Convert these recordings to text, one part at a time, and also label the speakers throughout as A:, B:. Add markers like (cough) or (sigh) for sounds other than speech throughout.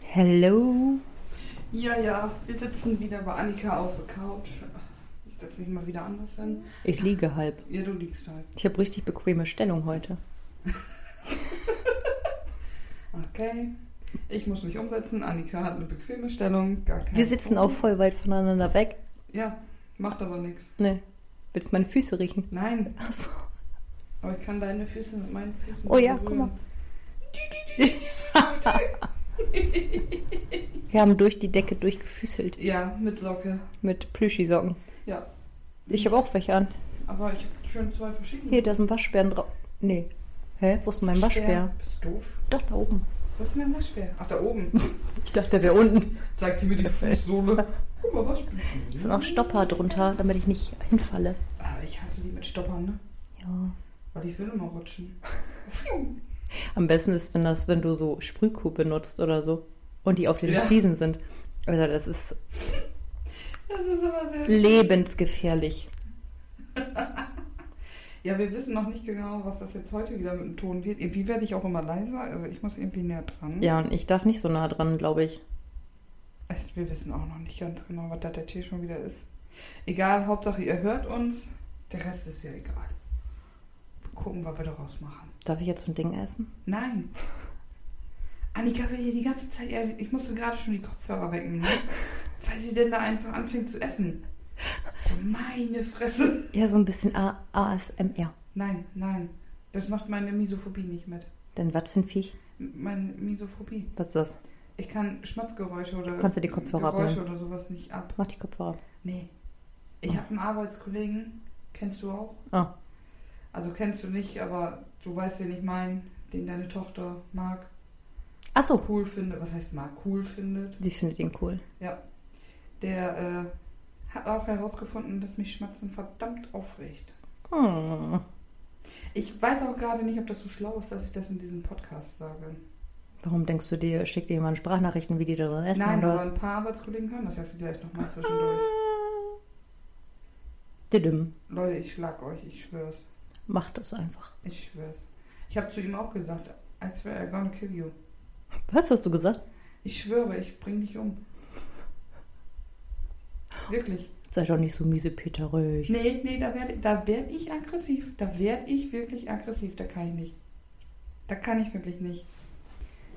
A: Hello.
B: Ja, ja, wir sitzen wieder bei Annika auf der Couch. Ich setze mich mal wieder anders hin.
A: Ich liege halb.
B: Ja, du liegst halt.
A: Ich habe richtig bequeme Stellung heute.
B: Okay. Ich muss mich umsetzen. Annika hat eine bequeme Stellung. Gar kein
A: Wir sitzen auch
B: Problem.
A: voll weit voneinander weg.
B: Ja, macht aber nichts.
A: Ne. Willst du meine Füße riechen?
B: Nein,
A: Achso.
B: aber ich kann deine Füße mit meinen Füßen
A: Oh ja, guck mal. Wir haben durch die Decke durchgefüßelt
B: Ja, mit Socke.
A: mit Plüschisocken.
B: Ja,
A: Ich habe auch welche an.
B: aber ich habe schon zwei verschiedene.
A: Hier, da ist ein Waschbären drauf. Nee. Hä? Wo ist denn mein Waschbär?
B: Bist du doof?
A: Doch, da oben.
B: Wo ist denn dein Waschbär? Ach, da oben.
A: Ich dachte, der wäre unten.
B: Zeigt sie
A: (laughs)
B: mir die Fußsohle. Guck mal, Waschbär.
A: Es sind auch Stopper drunter, damit ich nicht hinfalle.
B: Ah, ich hasse die mit Stoppern, ne?
A: Ja.
B: Weil ich will immer rutschen.
A: Am besten ist, wenn das, wenn du so Sprühkuh benutzt oder so und die auf den
B: Ja.
A: Fliesen sind. Also das ist
B: Das ist aber sehr schön.
A: lebensgefährlich.
B: Ja, wir wissen noch nicht genau, was das jetzt heute wieder mit dem Ton wird. Irgendwie werde ich auch immer leiser. Also ich muss irgendwie näher dran.
A: Ja, und ich darf nicht so nah dran, glaube ich.
B: Echt, wir wissen auch noch nicht ganz genau, was da der Tee schon wieder ist. Egal, Hauptsache ihr hört uns. Der Rest ist ja egal. Wir gucken, was wir daraus machen.
A: Darf ich jetzt so ein Ding essen?
B: Nein. Annika will hier die ganze Zeit... eher- Ich musste gerade schon die Kopfhörer wecken. Ne? Weil sie denn da einfach anfängt zu essen. So meine Fresse.
A: Ja, so ein bisschen A ASMR.
B: Nein, nein. Das macht meine Misophobie nicht mit.
A: Denn was für ein Viech?
B: M- Meine Misophobie.
A: Was ist das?
B: Ich kann Schmatzgeräusche oder
A: Kannst du die Kopfhörer
B: Geräusche oder sowas nicht ab.
A: Mach die Kopfhörer ab.
B: Nee. Ich habe einen Arbeitskollegen, kennst du auch?
A: Ah.
B: Also kennst du nicht, aber du weißt, wen ich meine, den deine Tochter mag,
A: Achso,
B: cool findet, was heißt mag, cool findet.
A: sie findet ihn cool.
B: Ja. Der äh, hat auch herausgefunden, dass mich Schmatzen verdammt aufregt.
A: Hm.
B: Ich weiß auch gerade nicht, ob das so schlau ist, dass ich das in diesem Podcast sage.
A: Warum denkst du dir, schickt dir jemand Sprachnachrichten, wie die da drin essen
B: Nein,
A: oder
B: aber
A: was?
B: ein paar Arbeitskollegen hören das ja vielleicht nochmal zwischendurch.
A: Ah. Didim.
B: Leute, ich schlag euch, ich schwör's.
A: Mach das einfach.
B: Ich schwör's. Ich habe zu ihm auch gesagt, I swear I'm gonna kill you.
A: Was hast du gesagt?
B: Ich schwöre, ich bring dich um. Wirklich.
A: Sei doch nicht so miese Peterig.
B: Nee, nee, da werde da werd ich aggressiv. Da werde ich wirklich aggressiv. Da kann ich nicht. Da kann ich wirklich nicht.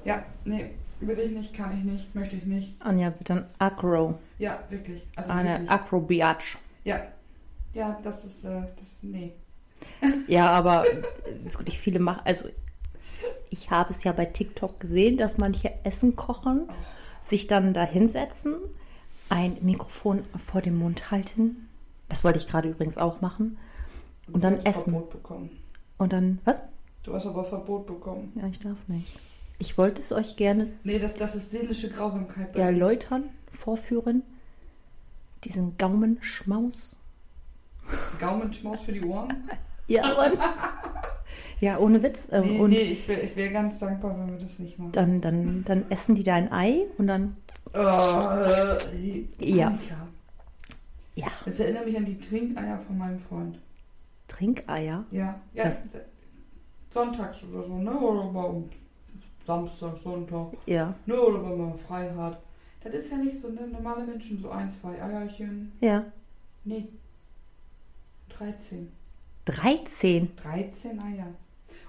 B: Ja, nee, will ich nicht, kann ich nicht, möchte ich nicht.
A: Anja wird dann Acro.
B: Ja, wirklich. Also
A: Eine
B: wirklich.
A: Acrobiatch.
B: Ja. Ja, das ist, äh, das, nee.
A: Ja, aber äh, wirklich viele machen. Also, ich habe es ja bei TikTok gesehen, dass manche Essen kochen, sich dann da hinsetzen, ein Mikrofon vor dem Mund halten. Das wollte ich gerade übrigens auch machen. Und dann
B: du hast
A: essen.
B: Verbot bekommen.
A: Und dann, was?
B: Du hast aber Verbot bekommen.
A: Ja, ich darf nicht. Ich wollte es euch gerne
B: Nee, das, das ist seelische Grausamkeit. bei mir.
A: erläutern, vorführen. Diesen Gaumenschmaus.
B: Gaumenschmaus für die Ohren.
A: Ja, Mann. ja ohne Witz. Ähm,
B: Nee,
A: und
B: nee, ich wäre ich wär ganz dankbar, wenn wir das nicht machen.
A: Dann, dann, dann essen die da ein Ei und dann,
B: Äh,
A: Ja.
B: Oh, Annika.
A: ja,
B: Das erinnert mich an die Trinkeier von meinem Freund.
A: Trinkeier.
B: Ja. ja
A: Was?
B: Sonntags oder so, ne? Oder mal Samstag, Sonntag,
A: Ja,
B: ne? Oder wenn man frei hat. Das ist ja nicht so, ne? Normale Menschen so ein, zwei Eierchen.
A: ja.
B: Nee. 13.
A: 13.
B: 13 Eier.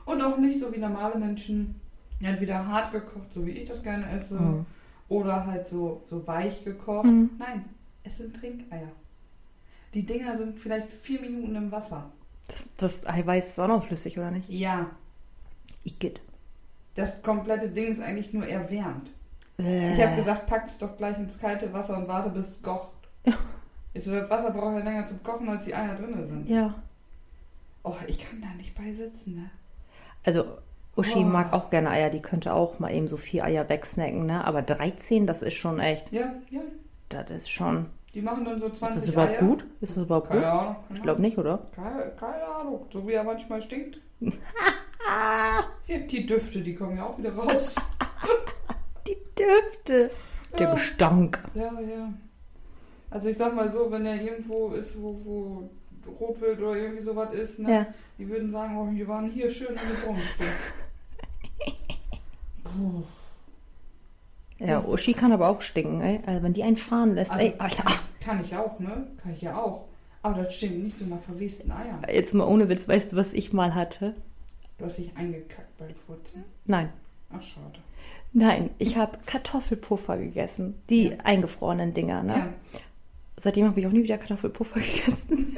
B: Und auch nicht so wie normale Menschen. Entweder hart gekocht, so wie ich das gerne esse.
A: Mhm.
B: Oder halt so, so weich gekocht.
A: Mhm.
B: Nein, es sind Trinkeier. Die Dinger sind vielleicht vier Minuten im Wasser.
A: Das, das Eiweiß ist auch noch flüssig, oder nicht?
B: Ja,
A: Igitt.
B: das komplette Ding ist eigentlich nur erwärmt.
A: Äh,
B: Ich habe gesagt, packt es doch gleich ins kalte Wasser und warte, bis es
A: (laughs)
B: kocht. Ich so, das Wasser braucht ja länger zum Kochen, als die Eier drin sind.
A: Ja.
B: Oh, ich kann da nicht bei sitzen, ne?
A: Also, Uschi
B: Oh.
A: mag auch gerne Eier, die könnte auch mal eben so vier Eier wegsnacken, ne? Aber 13, das ist schon echt.
B: Ja, ja.
A: Das ist schon.
B: Die machen dann so 20
A: Ist das überhaupt
B: Eier.
A: gut? Ist das überhaupt
B: Keine
A: gut?
B: Ahnung.
A: Ich glaube nicht, oder?
B: Keine, keine Ahnung. So wie er
A: (laughs)
B: manchmal stinkt. Hier, die Düfte, die kommen ja auch wieder raus.
A: Die Düfte. Der
B: Ja.
A: Gestank.
B: Ja, ja. Also ich sag mal so, wenn er irgendwo ist, wo, wo Rotwild oder irgendwie sowas ist, ne,
A: Ja.
B: die würden sagen, oh, wir waren hier schön in der Brunnen.
A: Ja, Uschi kann aber auch stinken, ey. Also, wenn die einen fahren lässt,
B: Also-
A: ey, Alter.
B: Kann ich auch, ne? Kann ich ja auch. Aber das stinkt nicht so nach verwesten Eiern.
A: Jetzt mal ohne Witz, weißt du, was ich mal hatte?
B: Du hast dich eingekackt beim Furzen.
A: Nein.
B: Ach, schade.
A: Nein, ich habe Kartoffelpuffer gegessen. Die
B: Ja.
A: eingefrorenen Dinger, ne?
B: Ja.
A: Seitdem habe ich auch nie wieder Kartoffelpuffer (laughs) gegessen.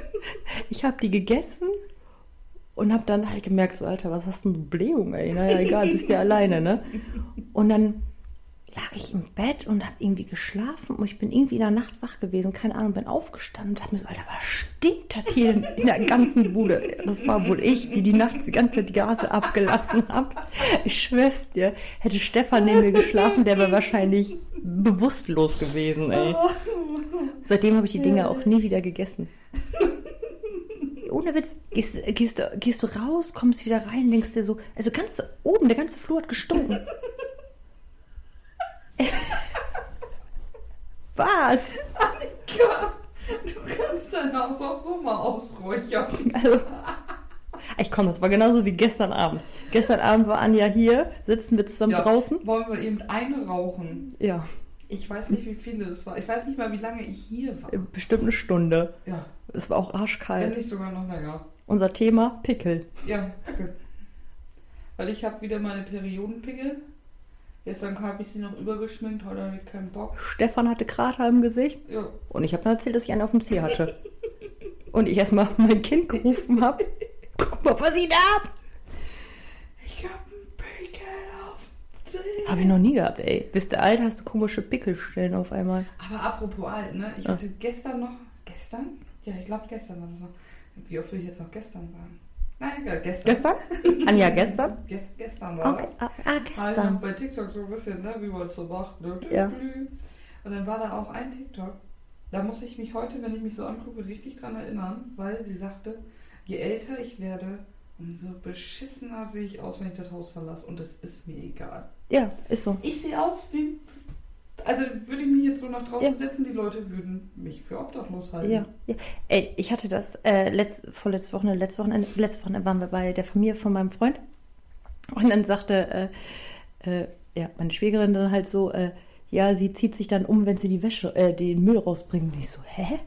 A: Ich habe die gegessen und habe dann halt gemerkt, so Alter, was hast denn du Blähung, ey? Naja, egal, bist ja alleine, ne? Und dann lag ich im Bett und habe irgendwie geschlafen und ich bin irgendwie in der Nacht wach gewesen, keine Ahnung, bin aufgestanden und dachte mir so, Alter, was stinkt das hier in, in der ganzen Bude? Das war wohl ich, die die Nacht die ganze Zeit die Gase abgelassen habe. Ich schwör's dir, hätte Stefan neben mir geschlafen, der wäre wahrscheinlich bewusstlos gewesen, ey.
B: Oh,
A: Seitdem habe ich die Dinger auch nie wieder gegessen. Ohne Witz, gehst, gehst, du- gehst du raus, kommst wieder rein, denkst dir so, also ganz oben, der ganze Flur hat gestunken. Was?
B: Annika, du kannst dein Haus auch so mal ausräuchern.
A: Also, ich komm, das war genauso wie gestern Abend. Gestern Abend war Anja hier, sitzen wir zusammen draußen.
B: Wollen wir eben eine rauchen?
A: Ja,
B: Ich weiß nicht, wie viele es war. Ich weiß nicht mal, wie lange ich hier war.
A: bestimmt eine Stunde.
B: Ja,
A: Es war auch
B: wenn
A: arschkalt.
B: nicht sogar noch länger.
A: Unser Thema Pickel.
B: Ja, Pickel. Weil ich habe wieder meine Periodenpickel. Gestern habe ich sie noch übergeschminkt, heute habe ich keinen Bock.
A: Stefan hatte Krater im Gesicht.
B: Ja,
A: Und ich habe dann erzählt, dass ich einen auf dem Ziel hatte. Und ich erstmal (laughs) mein Kind gerufen habe. Guck mal, was ich da hab!
B: ich habe einen Pickel auf dem
A: Habe ich noch nie gehabt, ey. Bist du alt, hast du komische Pickelstellen auf einmal.
B: Aber apropos alt, ne? Ich
A: Ja.
B: hatte gestern noch. Gestern? Ja, ich glaube gestern war das noch. Wie oft will ich jetzt noch gestern sagen? Na egal, gestern.
A: Gestern? Anja, gestern?
B: Gest gestern war
A: Okay.
B: das.
A: Ah, ah,
B: Ah, ja,
A: gestern.
B: bei TikTok so ein bisschen, ne, wie man es so macht. Ne?
A: Ja.
B: Und dann war da auch ein TikTok. Da muss ich mich heute, wenn ich mich so angucke, richtig dran erinnern, weil sie sagte, je älter ich werde, umso beschissener sehe ich aus, wenn ich das Haus verlasse. Und das ist mir egal.
A: Ja, ist so.
B: Ich sehe aus wie. Also würde ich mich jetzt so nach draußen
A: Ja.
B: setzen, die Leute würden mich für obdachlos halten.
A: Ja, ja. Ey, ich hatte das äh, letzt, vorletzte Wochenende, letztes Wochenende, letztes Wochenende ne, waren wir bei der Familie von meinem Freund. Und dann sagte äh, äh, ja, meine Schwägerin dann halt so, äh, ja, sie zieht sich dann um, wenn sie die Wäsche, äh, den Müll rausbringt. Und ich so, hä?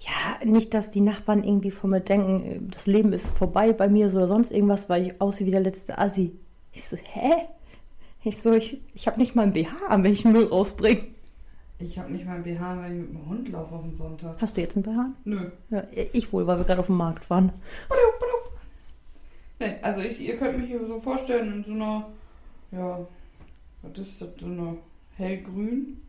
A: Ja, nicht, dass die Nachbarn irgendwie von mir denken, äh, das Leben ist vorbei bei mir so oder sonst irgendwas, weil ich aussehe wie der letzte Assi. Ich so, hä? Ich so, ich, ich habe nicht mal ein BH an, wenn ich den Müll rausbringe.
B: Ich habe nicht mal ein BH, weil ich mit dem Hund laufe auf dem Sonntag.
A: Hast du jetzt ein BH?
B: Nö.
A: Ja, ich wohl, weil wir gerade auf dem Markt waren.
B: Nee, also ich, ihr könnt mich hier so vorstellen in so einer, ja, was ist das, so einer hellgrün?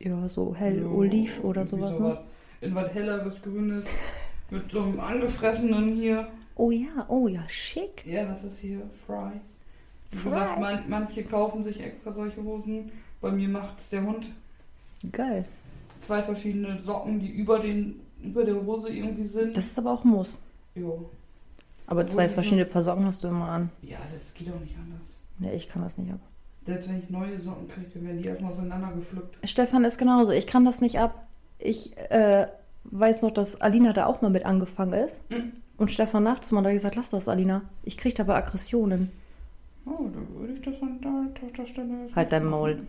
A: Ja, so hell
B: Ja,
A: oliv oder
B: irgendwie
A: sowas, ne?
B: In was helleres Grünes mit so einem angefressenen hier.
A: Oh ja, oh ja, schick.
B: Ja, das ist hier Fry. Wie
A: Fry.
B: gesagt, man, manche kaufen sich extra solche Hosen. Bei mir macht's der Hund.
A: Geil.
B: Zwei verschiedene Socken, die über den über der Hose irgendwie sind.
A: Das ist aber auch ein Muss.
B: jo.
A: Aber
B: Obwohl
A: zwei
B: die so-
A: verschiedene Paar Socken hast du immer an.
B: Ja, das geht auch nicht anders.
A: Ne, ich kann das nicht ab.
B: Selbst wenn ich neue Socken kriege, dann werden die erstmal auseinandergepflückt.
A: Stefan ist genauso. Ich kann das nicht ab. Ich äh, weiß noch, dass Alina da auch mal mit angefangen ist.
B: Mhm.
A: Und Stefan nachzumachen, da hat gesagt, lass das, Alina. Ich krieg dabei Aggressionen.
B: Oh, dann würde ich das an deiner Tochter Stelle. jetzt
A: Halt dein
B: nicht
A: Maul.
B: machen.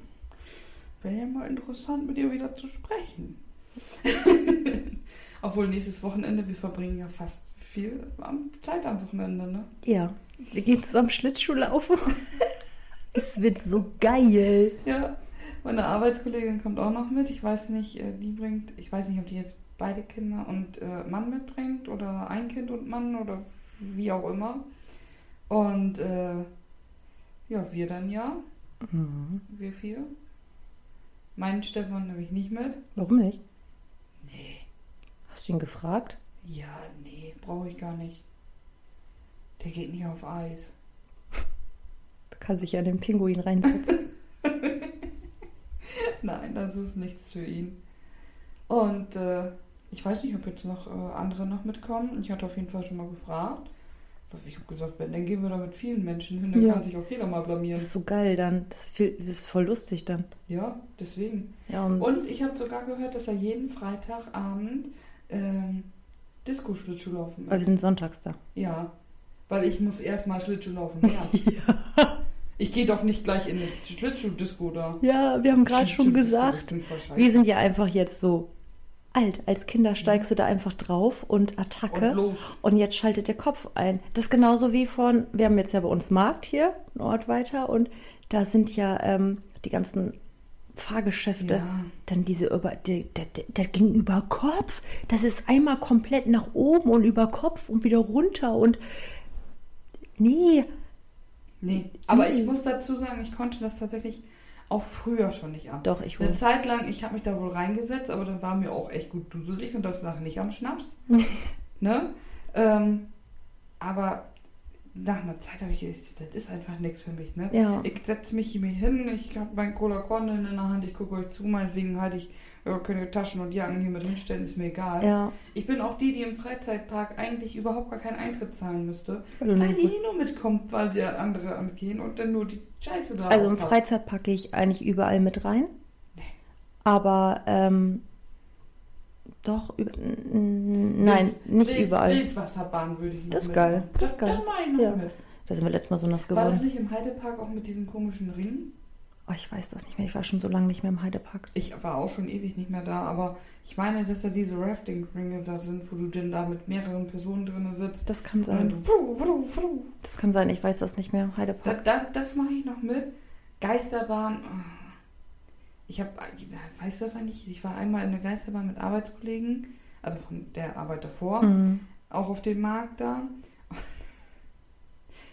B: Wäre ja mal interessant, mit ihr wieder zu sprechen.
A: (laughs)
B: Obwohl nächstes Wochenende, wir verbringen ja fast viel am, Zeit am Wochenende, ne?
A: Ja. Wir gehen zusammen Schlittschuh laufen. es wird so geil.
B: Ja. Meine Arbeitskollegin kommt auch noch mit. Ich weiß nicht, äh, die bringt, ich weiß nicht, ob die jetzt beide Kinder und äh, Mann mitbringt oder ein Kind und Mann oder wie auch immer. Und äh, ja, wir dann ja,
A: Mhm.
B: wir vier. Meinen Stefan nämlich nicht mit.
A: Warum nicht?
B: Nee.
A: Hast du ihn gefragt?
B: Ja, nee, brauche ich gar nicht. Der geht nicht auf Eis.
A: Kann sich ja in den Pinguin reinsetzen.
B: Nein, das ist nichts für ihn. Und äh, ich weiß nicht, ob jetzt noch äh, andere noch mitkommen. Ich hatte auf jeden Fall schon mal gefragt. Weil Ich habe gesagt, wenn, dann gehen wir da mit vielen Menschen hin. Dann
A: Ja.
B: kann sich auch jeder mal
A: Das
B: blamieren.
A: ist so geil dann. Das ist, viel, das ist voll lustig dann.
B: Ja, deswegen.
A: Ja, und
B: Und ich habe sogar gehört, dass er jeden Freitagabend ähm, Disco-Schlittschuh laufen
A: weil wir
B: ist.
A: sind sonntags da. (laughs)
B: Ja, weil ich muss erstmal Schlittschuh laufen lernen. Ich gehe doch nicht gleich in eine Schlittschuh-Disco da.
A: Ja, wir haben gerade schon
B: Schlittschuh-Disco, das
A: gesagt,
B: klingt voll scheiße.
A: wir sind ja einfach jetzt so alt. Als Kinder steigst du da einfach drauf und Attacke.
B: Und los.
A: Und jetzt schaltet der Kopf ein. Das ist genauso wie von, wir haben jetzt ja bei uns Markt hier, einen Ort weiter, und da sind ja ähm, die ganzen Fahrgeschäfte.
B: Ja.
A: Dann diese über, der, der, der ging über Kopf. Das ist einmal komplett nach oben und über Kopf und wieder runter und nee,
B: Nee,
A: Mhm.
B: aber ich muss dazu sagen, ich konnte das tatsächlich auch früher schon nicht ab.
A: Doch, ich wohl.
B: Eine Zeit lang, ich habe mich da wohl reingesetzt, aber dann war mir auch echt gut duselig und das lag nicht
A: (laughs)
B: am Schnaps. ne? Ähm, aber nach einer Zeit habe ich gesagt, das ist einfach nichts für mich. Ne?
A: Ja.
B: Ich setze mich hier mir hin, ich habe mein Cola Cornel in der Hand, ich gucke euch zu, meinetwegen halte ich, äh, könnt ihr Taschen und Jacken hier mit hinstellen, ist mir egal.
A: ja.
B: Ich bin auch die, die im Freizeitpark eigentlich überhaupt gar keinen Eintritt zahlen müsste,
A: Weil du
B: weil
A: nicht-
B: die eh nur mitkommt, weil der andere mitgehen und dann nur die Scheiße da
A: Also im
B: aufpasst.
A: Freizeitpark gehe ich eigentlich überall mit rein. Aber ähm, doch, über, n- nein, nicht
B: Wild-
A: überall.
B: Wildwasserbahn würde ich noch
A: Das ist geil,
B: mitmachen.
A: das ist geil.
B: Dann mache ich noch
A: Ja.
B: mit.
A: Da sind wir letztes Mal so nass
B: War das
A: geworden.
B: nicht im Heidepark auch mit diesen komischen Ringen?
A: Oh, ich weiß das nicht mehr. Ich war schon so lange nicht mehr im Heidepark.
B: Ich war auch schon ewig nicht mehr da, aber ich meine, dass da diese Rafting-Ringe da sind, wo du denn da mit mehreren Personen drin sitzt.
A: Das kann
B: Und dann
A: sein.
B: du, wuh, wuh, wuh.
A: Das kann sein. Ich weiß das nicht mehr.
B: Da,
A: Heidepark.
B: da, das mache ich noch mit. Geisterbahn. ah. Ich habe, weißt du das eigentlich? Ich war einmal in der Geisterbahn mit Arbeitskollegen, also von der Arbeit davor,
A: Mhm.
B: auch auf dem Markt da. (laughs)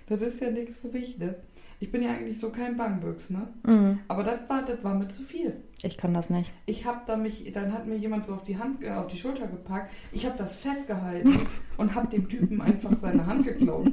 B: Das ist ja nichts für mich, ne? Ich bin ja eigentlich so kein Bangbüchs, ne?
A: Mhm.
B: Aber das war, das war mir zu viel.
A: Ich kann das nicht.
B: Ich habe da mich, dann hat mir jemand so auf die Hand, äh, auf die Schulter gepackt. Ich habe das festgehalten und habe dem Typen einfach seine Hand geklaut.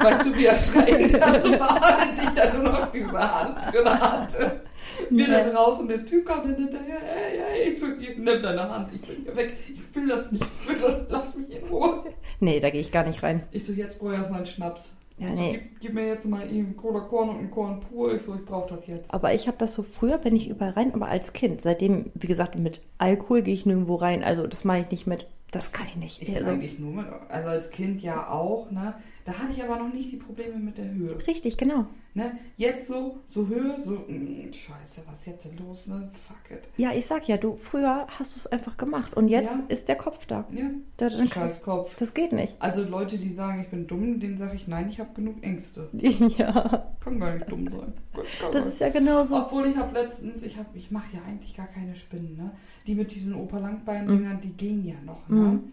B: Weißt du, wie erschreckend das war, als ich dann nur noch diese Hand drin hatte. Wir dann raus und der Typ kam dann hinterher, ey, ey, zu ihr, nimm deine Hand, ich bin hier weg, ich will das nicht, ich will das, lass mich in Ruhe.
A: Nee, da gehe ich gar nicht rein.
B: Ich so, jetzt brauche ich erstmal einen Schnaps.
A: Ja,
B: Ich so,
A: nee.
B: gib, gib mir jetzt mal eben einen Cola Korn und einen Korn pur. Ich so, ich brauche das jetzt.
A: Aber ich habe das so früher, bin ich überall rein, aber als Kind. Seitdem, wie gesagt, mit Alkohol gehe ich nirgendwo rein. Also das mache ich nicht mit. Das kann ich nicht.
B: Ich bin
A: also,
B: eigentlich nur mit, also als Kind ja auch, ne? Da hatte ich aber noch nicht die Probleme mit der Höhe.
A: richtig, genau.
B: Ne? Jetzt so, so Höhe, so, mm, scheiße, was ist jetzt denn los, ne? Fuck it.
A: Ja, ich sag ja, du, früher hast du es einfach gemacht und jetzt
B: Ja.
A: ist der Kopf da.
B: Ja,
A: da dann
B: scheiß
A: kannst,
B: Kopf.
A: das geht nicht. (laughs)
B: Also Leute, die sagen, ich bin dumm, denen sage ich, nein, ich habe genug Ängste.
A: Ja,
B: Kann gar nicht dumm sein. Kann, kann
A: (laughs) das
B: gar
A: ist ja genauso.
B: Obwohl ich habe letztens, ich habe, ich mache ja eigentlich gar keine Spinnen, ne? Die mit diesen Operlangbein-Dingern, die gehen ja noch, ne?
A: Mhm.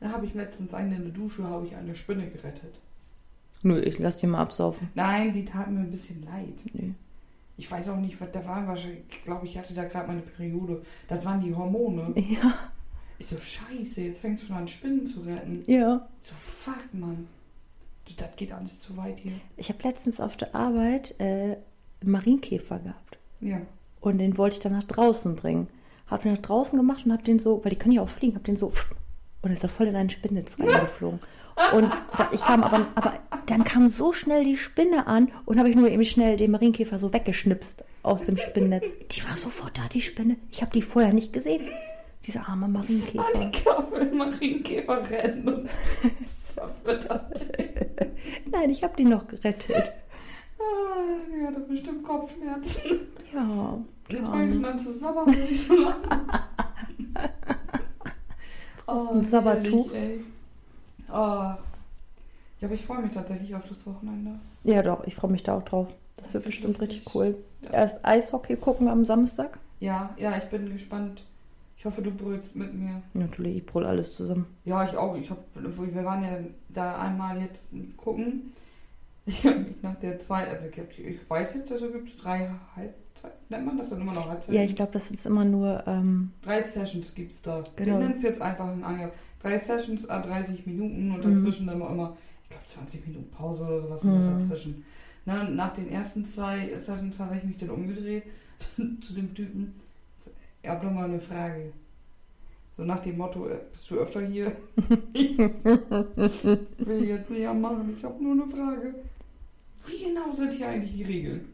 B: Da habe ich letztens eine in der Dusche, habe ich eine Spinne gerettet.
A: Nö, ich lass die mal absaufen.
B: Nein, die tat mir ein bisschen leid.
A: Nö.
B: Ich weiß auch nicht, was da war. Wahrscheinlich- Ich glaube, ich hatte da gerade meine Periode. Das waren die Hormone.
A: (laughs) Ja,
B: Ich so, scheiße, jetzt fängt schon an, Spinnen zu retten.
A: ja.
B: Ich so, fuck, Mann. Du, Das geht alles zu weit hier.
A: Ich habe letztens auf der Arbeit äh, Marienkäfer gehabt
B: Ja.
A: und den wollte ich dann nach draußen bringen. Hab den nach draußen gemacht und hab den so, weil die können ja auch fliegen, hab den so pff, und ist er voll in einen Spinnnetz reingeflogen. Und da, ich kam aber, aber dann kam so schnell die Spinne an und habe ich nur eben schnell den Marienkäfer so weggeschnipst aus dem Spinnnetz. Die war sofort da, die Spinne. Ich habe die vorher nicht gesehen. Dieser arme
B: Ah, die
A: Marienkäfer.
B: Kabel Marienkäfer rennen und (laughs) verfüttert.
A: Nein, ich habe die noch gerettet.
B: Ah, die hatte bestimmt Kopfschmerzen.
A: Ja.
B: Jetzt
A: ja.
B: fange ich schon an zu sabbern, wenn ich so lang.
A: (laughs) brauchst ein Sabbertuch.
B: herrlich, Oh, ey. Ah. Ja, aber ich freue mich tatsächlich auf das Wochenende.
A: Ja, doch, ich freue mich da auch drauf. Das wird
B: Das
A: bestimmt
B: ist
A: richtig
B: süß.
A: cool.
B: Ja.
A: Erst Eishockey gucken am Samstag.
B: Ja, ja, ich bin gespannt. Ich hoffe, du brüllst mit mir.
A: Natürlich, ich brüll alles zusammen.
B: Ja, ich auch. Ich hab, wir waren ja da einmal jetzt gucken. Ich habe mich nach der zwei, also ich, hab, ich weiß jetzt, also gibt es drei Halbzeit, nennt man das dann immer noch Halbzeit?
A: Ja, ich glaube, das ist immer nur. Ähm,
B: Drei Sessions gibt's da.
A: Genau.
B: Wir nennen es jetzt einfach einen Angel. Drei Sessions, ah, 30 Minuten und
A: Mhm.
B: dazwischen dann mal immer, ich glaube 20 Minuten Pause oder sowas
A: Mhm.
B: immer dazwischen. Na, und nach den ersten zwei Sessions habe ich mich dann umgedreht (laughs) zu dem Typen. Ich habe mal eine Frage. So nach dem Motto, äh, bist du öfter
A: (laughs)
B: hier? ich will jetzt nicht am machen, ich habe nur eine Frage. Wie genau sind hier eigentlich die Regeln?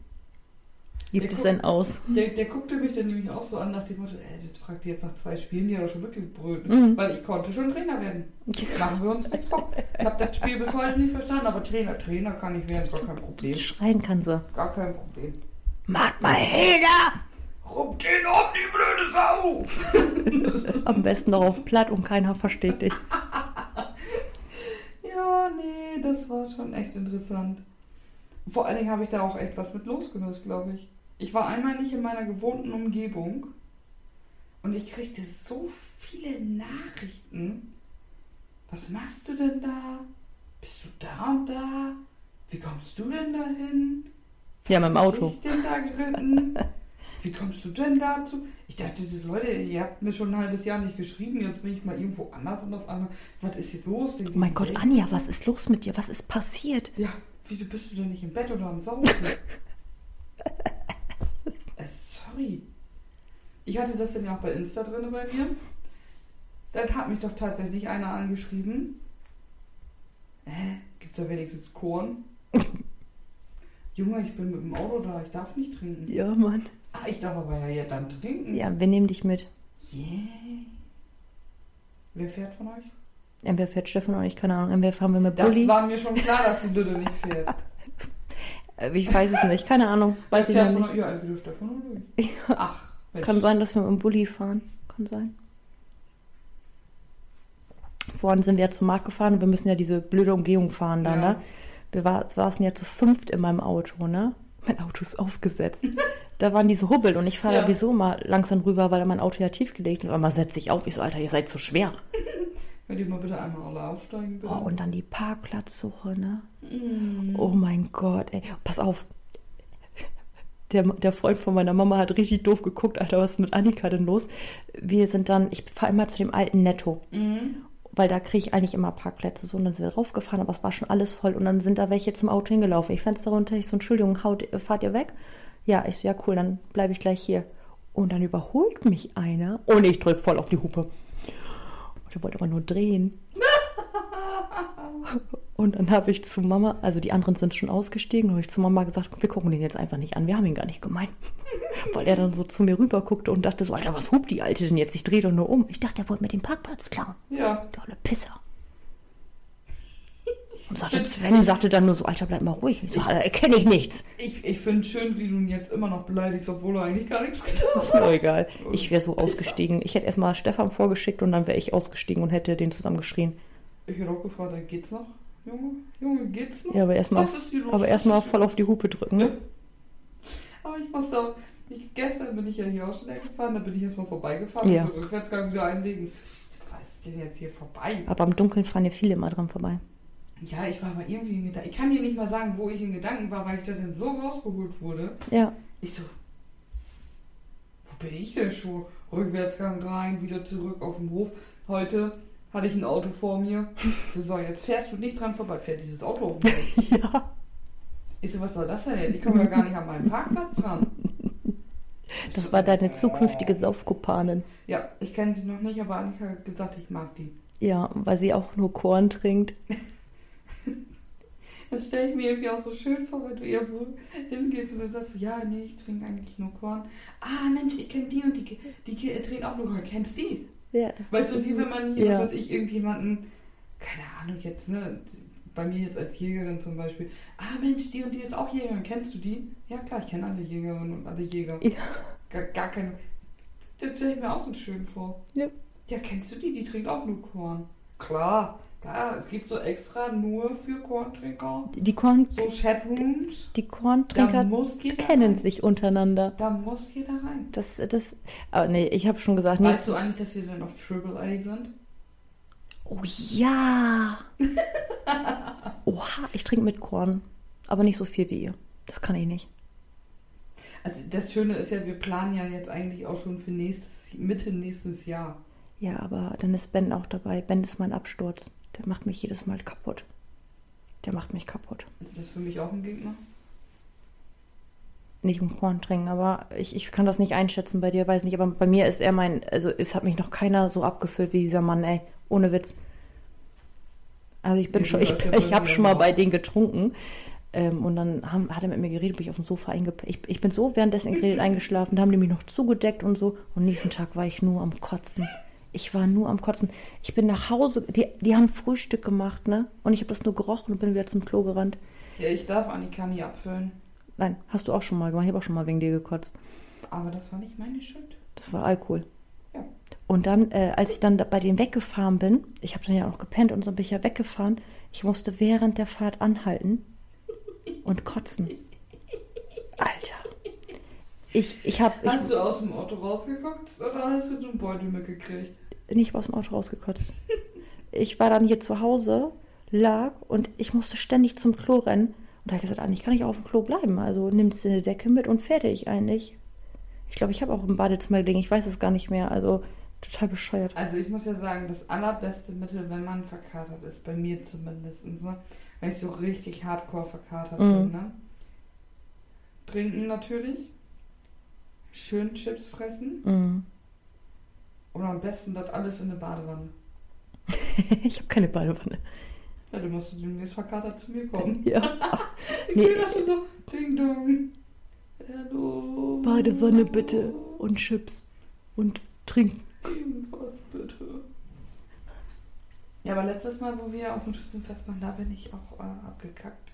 A: Gibt
B: Ja,
A: es
B: guck.
A: ein Aus?
B: Der, der guckte mich dann nämlich auch so an nach dem Motto, ey, das fragt ihr jetzt nach zwei Spielen, die hat er schon mitgebrüllt.
A: Mhm.
B: Weil ich konnte schon Trainer werden. Machen wir uns nichts vor. Ich habe das Spiel bis heute nicht verstanden, aber Trainer, Trainer kann ich werden, ist gar kein Problem.
A: Schreien kann sie.
B: Gar kein Problem.
A: Macht mal Heda!
B: Rupp den um, die blöde Sau!
A: Am besten darauf platt und keiner versteht dich.
B: Ja, nee, das war schon echt interessant. Vor allen Dingen habe ich da auch echt was mit losgelöst, glaube ich. Ich war einmal nicht in meiner gewohnten Umgebung und ich kriegte so viele Nachrichten. Was machst du denn da? Bist du da und da? Wie kommst du denn dahin?
A: Ja, mit dem
B: Was
A: Auto.
B: Hat dich denn da geritten?
A: (laughs)
B: Wie kommst du denn dazu? Ich dachte, diese Leute, ihr habt mir schon ein halbes Jahr nicht geschrieben, jetzt bin ich mal irgendwo anders und auf einmal, was ist hier los? Denkt
A: Oh mein
B: ihr,
A: Gott,
B: ey?
A: Anja, was ist los mit dir? Was ist passiert?
B: Ja, wieso bist du denn nicht im Bett oder
A: (laughs)
B: am Saufen? äh, sorry. Ich hatte das dann ja auch bei Insta drin bei mir. Dann hat mich doch tatsächlich einer angeschrieben. Hä? Gibt's da
A: (laughs)
B: wenigstens Korn? Junge, ich bin mit dem Auto da, ich darf nicht trinken.
A: Ja, Mann.
B: Ah, ich darf aber ja, ja dann trinken.
A: Ja, wir nehmen dich mit.
B: Yeah. Wer fährt von euch?
A: Entweder fährt Steffen und ich, keine Ahnung. Entweder fahren wir mit
B: Das
A: Bulli.
B: war mir schon klar, dass die Lüde nicht fährt.
A: Äh, Ich weiß es nicht, keine Ahnung. Weiß ich
B: Fährt
A: noch
B: von
A: nicht.
B: euch? Ja, entweder Stefan oder ich. Ach, Mensch.
A: Kann sein, dass wir mit dem Bulli fahren. Kann sein. Vorhin sind wir ja zum Markt gefahren und wir müssen ja diese blöde Umgehung fahren da,
B: Ja.
A: ne? Wir war, saßen ja zu fünft in meinem Auto, ne? Mein Auto ist
B: (laughs)
A: aufgesetzt. da waren diese Hubbel und ich fahre
B: Ja.
A: ja. sowieso mal langsam rüber, weil mein Auto ja tiefgelegt ist. Aber mal setze ich auf. Ich so, Alter, ihr seid zu schwer.
B: Könnt ihr mal bitte einmal alle aufsteigen, bitte?
A: Oh, und dann die Parkplatzsuche, ne?
B: Mm.
A: Oh mein Gott, ey. Pass auf. Der, der Freund von meiner Mama hat richtig doof geguckt, Alter, was ist mit Annika denn los? Wir sind dann, ich fahre immer zu dem alten Netto,
B: Mhm.
A: weil da kriege ich eigentlich immer Parkplätze. So, und dann sind wir draufgefahren, aber es war schon alles voll. Und dann sind da welche zum Auto hingelaufen. Ich Fenster runter, ich so, Entschuldigung, haut, äh, fahrt ihr weg? Ja, ich so, ja cool, dann bleibe ich gleich hier. Und dann überholt mich einer und ich drück voll auf die Hupe. Und er wollte aber nur drehen. Und dann habe ich zu Mama, also die anderen sind schon ausgestiegen, habe ich zu Mama gesagt, wir gucken den jetzt einfach nicht an, wir haben ihn gar nicht gemeint. (laughs) Weil er dann so zu mir rüber guckte und dachte so, Alter, was hupt die Alte denn jetzt? Ich drehe doch nur um. Ich dachte, er wollte mir den Parkplatz klauen.
B: Ja.
A: Der olle Pisser. Und sagte, Sven sagte dann nur so, Alter, bleib mal ruhig. Ich so, Alter, erkenne ich nichts.
B: Ich, ich finde schön, wie du ihn jetzt immer noch beleidigst, obwohl er eigentlich gar nichts getan hat.
A: Ist mir egal. Ich wäre so ausgestiegen. Ich hätte erstmal Stefan vorgeschickt und dann wäre ich ausgestiegen und hätte den zusammengeschrien.
B: Ich hätte auch gefragt, ey, geht's noch? Junge, Junge, geht's noch?
A: Ja, aber erstmal
B: Was ist hier los?
A: aber erstmal voll auf die Hupe drücken. Ne?
B: Aber ich musste auch. Ich, gestern bin ich ja hier auch schon gefahren, da bin ich erstmal vorbeigefahren,
A: Ja.
B: ja. so rückwärtsgang wieder einlegen. Was ist denn jetzt hier vorbei?
A: Aber im Dunkeln fahren ja viele immer dran vorbei.
B: Ja, ich war aber irgendwie in Gedanken. Ich kann dir nicht mal sagen, wo ich in Gedanken war, weil ich da dann so rausgeholt wurde.
A: Ja.
B: Ich so, wo bin ich denn schon? Rückwärtsgang rein, wieder zurück auf dem Hof. Heute hatte ich ein Auto vor mir. Ich So, so, jetzt fährst du nicht dran vorbei, fährt dieses Auto auf mich.
A: Ja.
B: Ich so, was soll das denn jetzt? Ich komme ja gar nicht an meinen Parkplatz dran.
A: Das war deine zukünftige Saufkupanin.
B: Ja, ich kenne sie noch nicht, aber Annika hat gesagt, ich mag die.
A: Ja, weil sie auch nur Korn trinkt.
B: Das stelle ich mir irgendwie auch so schön vor, wenn du irgendwo hingehst und dann sagst du, ja, nee, ich trinke eigentlich nur Korn. Ah, Mensch, ich kenne die und die, ki- die ki- trinken auch nur Korn. Kennst die?
A: Ja, das
B: Weißt du,
A: ist-
B: wie wenn man hier,
A: Ja.
B: was weiß ich, irgendjemanden, keine Ahnung jetzt, ne, bei mir jetzt als Jägerin zum Beispiel, ah Mensch, die und die ist auch Jägerin, kennst du die? Ja klar, ich kenne alle Jägerinnen und alle Jäger.
A: Ja.
B: Gar, gar keine, das stelle ich mir auch so schön vor.
A: Ja.
B: Ja, kennst du die? Die trinkt auch nur Korn. Klar, klar, es gibt so extra nur für Korntrinker,
A: Die, Korn,
B: so Chatrooms,
A: die
B: da
A: Korntrinker
B: muss jeder
A: kennen
B: rein.
A: sich untereinander.
B: Da muss jeder rein.
A: Das, das, aber nee, ich habe schon gesagt, nee,
B: Weißt du eigentlich, dass wir so auf Triple A sind?
A: oh
B: (laughs)
A: ja. Oha, ich trinke mit Korn, aber nicht so viel wie ihr. Das kann ich nicht.
B: Also das Schöne ist ja, wir planen ja jetzt eigentlich auch schon für nächstes, Mitte nächstes Jahr.
A: Ja, aber dann ist Ben auch dabei. Ben ist mein Absturz. Der macht mich jedes Mal kaputt. Der macht mich kaputt.
B: Ist das für mich auch ein Gegner?
A: nicht im Korn trinken, aber ich, ich kann das nicht einschätzen bei dir, weiß nicht, aber bei mir ist er mein, also es hat mich noch keiner so abgefüllt wie dieser Mann, ey, ohne Witz. Also ich bin
B: Ja,
A: schon,
B: du
A: ich,
B: hast ja
A: ich
B: bei
A: habe
B: mir
A: schon mal
B: auch.
A: bei denen getrunken, Ähm, und dann haben, hat er mit mir geredet, bin ich auf dem Sofa eingepennt. Ich, ich bin so währenddessen geredet eingeschlafen, da haben die mich noch zugedeckt und so. Und nächsten Tag war ich nur am Kotzen. Ich war nur am Kotzen. Ich bin nach Hause, die, die haben Frühstück gemacht, ne? Und ich habe das nur gerochen und bin wieder zum Klo gerannt.
B: Ja, ich darf Annika nie abfüllen.
A: Nein, hast du auch schon mal gemacht. Ich habe auch schon mal wegen dir gekotzt.
B: Aber das war nicht meine Schuld.
A: Das war Alkohol.
B: Ja.
A: Und dann, äh, als ich dann da- bei denen weggefahren bin, ich habe dann ja noch gepennt und so bin ich ja weggefahren, ich musste während der Fahrt anhalten und kotzen. Alter. Ich, ich habe
B: Hast du aus dem Auto rausgeguckt oder hast du den Beutel mitgekriegt?
A: ich, nicht aus dem Auto rausgekotzt. Ich war dann hier zu Hause, lag und ich musste ständig zum Klo rennen. Und da habe ich gesagt, ah, ich kann nicht auf dem Klo bleiben. Also nimmst du eine Decke mit und fertig eigentlich. Ich glaube, ich habe auch im Badezimmer gelegen. Ich weiß es gar nicht mehr. Also total bescheuert.
B: Also ich muss ja sagen, das allerbeste Mittel, wenn man verkatert ist, bei mir zumindest, ne? wenn ich so richtig hardcore verkatert bin,
A: Mhm.
B: ne? Trinken natürlich. Schön Chips fressen.
A: Mhm.
B: Oder am besten das alles in eine Badewanne.
A: (laughs) Ich habe keine Badewanne.
B: Ja, dann musst du demnächst verkatert zu
A: (laughs)
B: mir kommen.
A: Ja.
B: Ich
A: Nee.
B: sehe das schon so. Ding dong. Hallo.
A: Badewanne bitte und Chips und trinken.
B: Irgendwas bitte. Ja, aber letztes Mal, wo wir auf dem Schützenfest waren, da bin ich auch äh, abgekackt.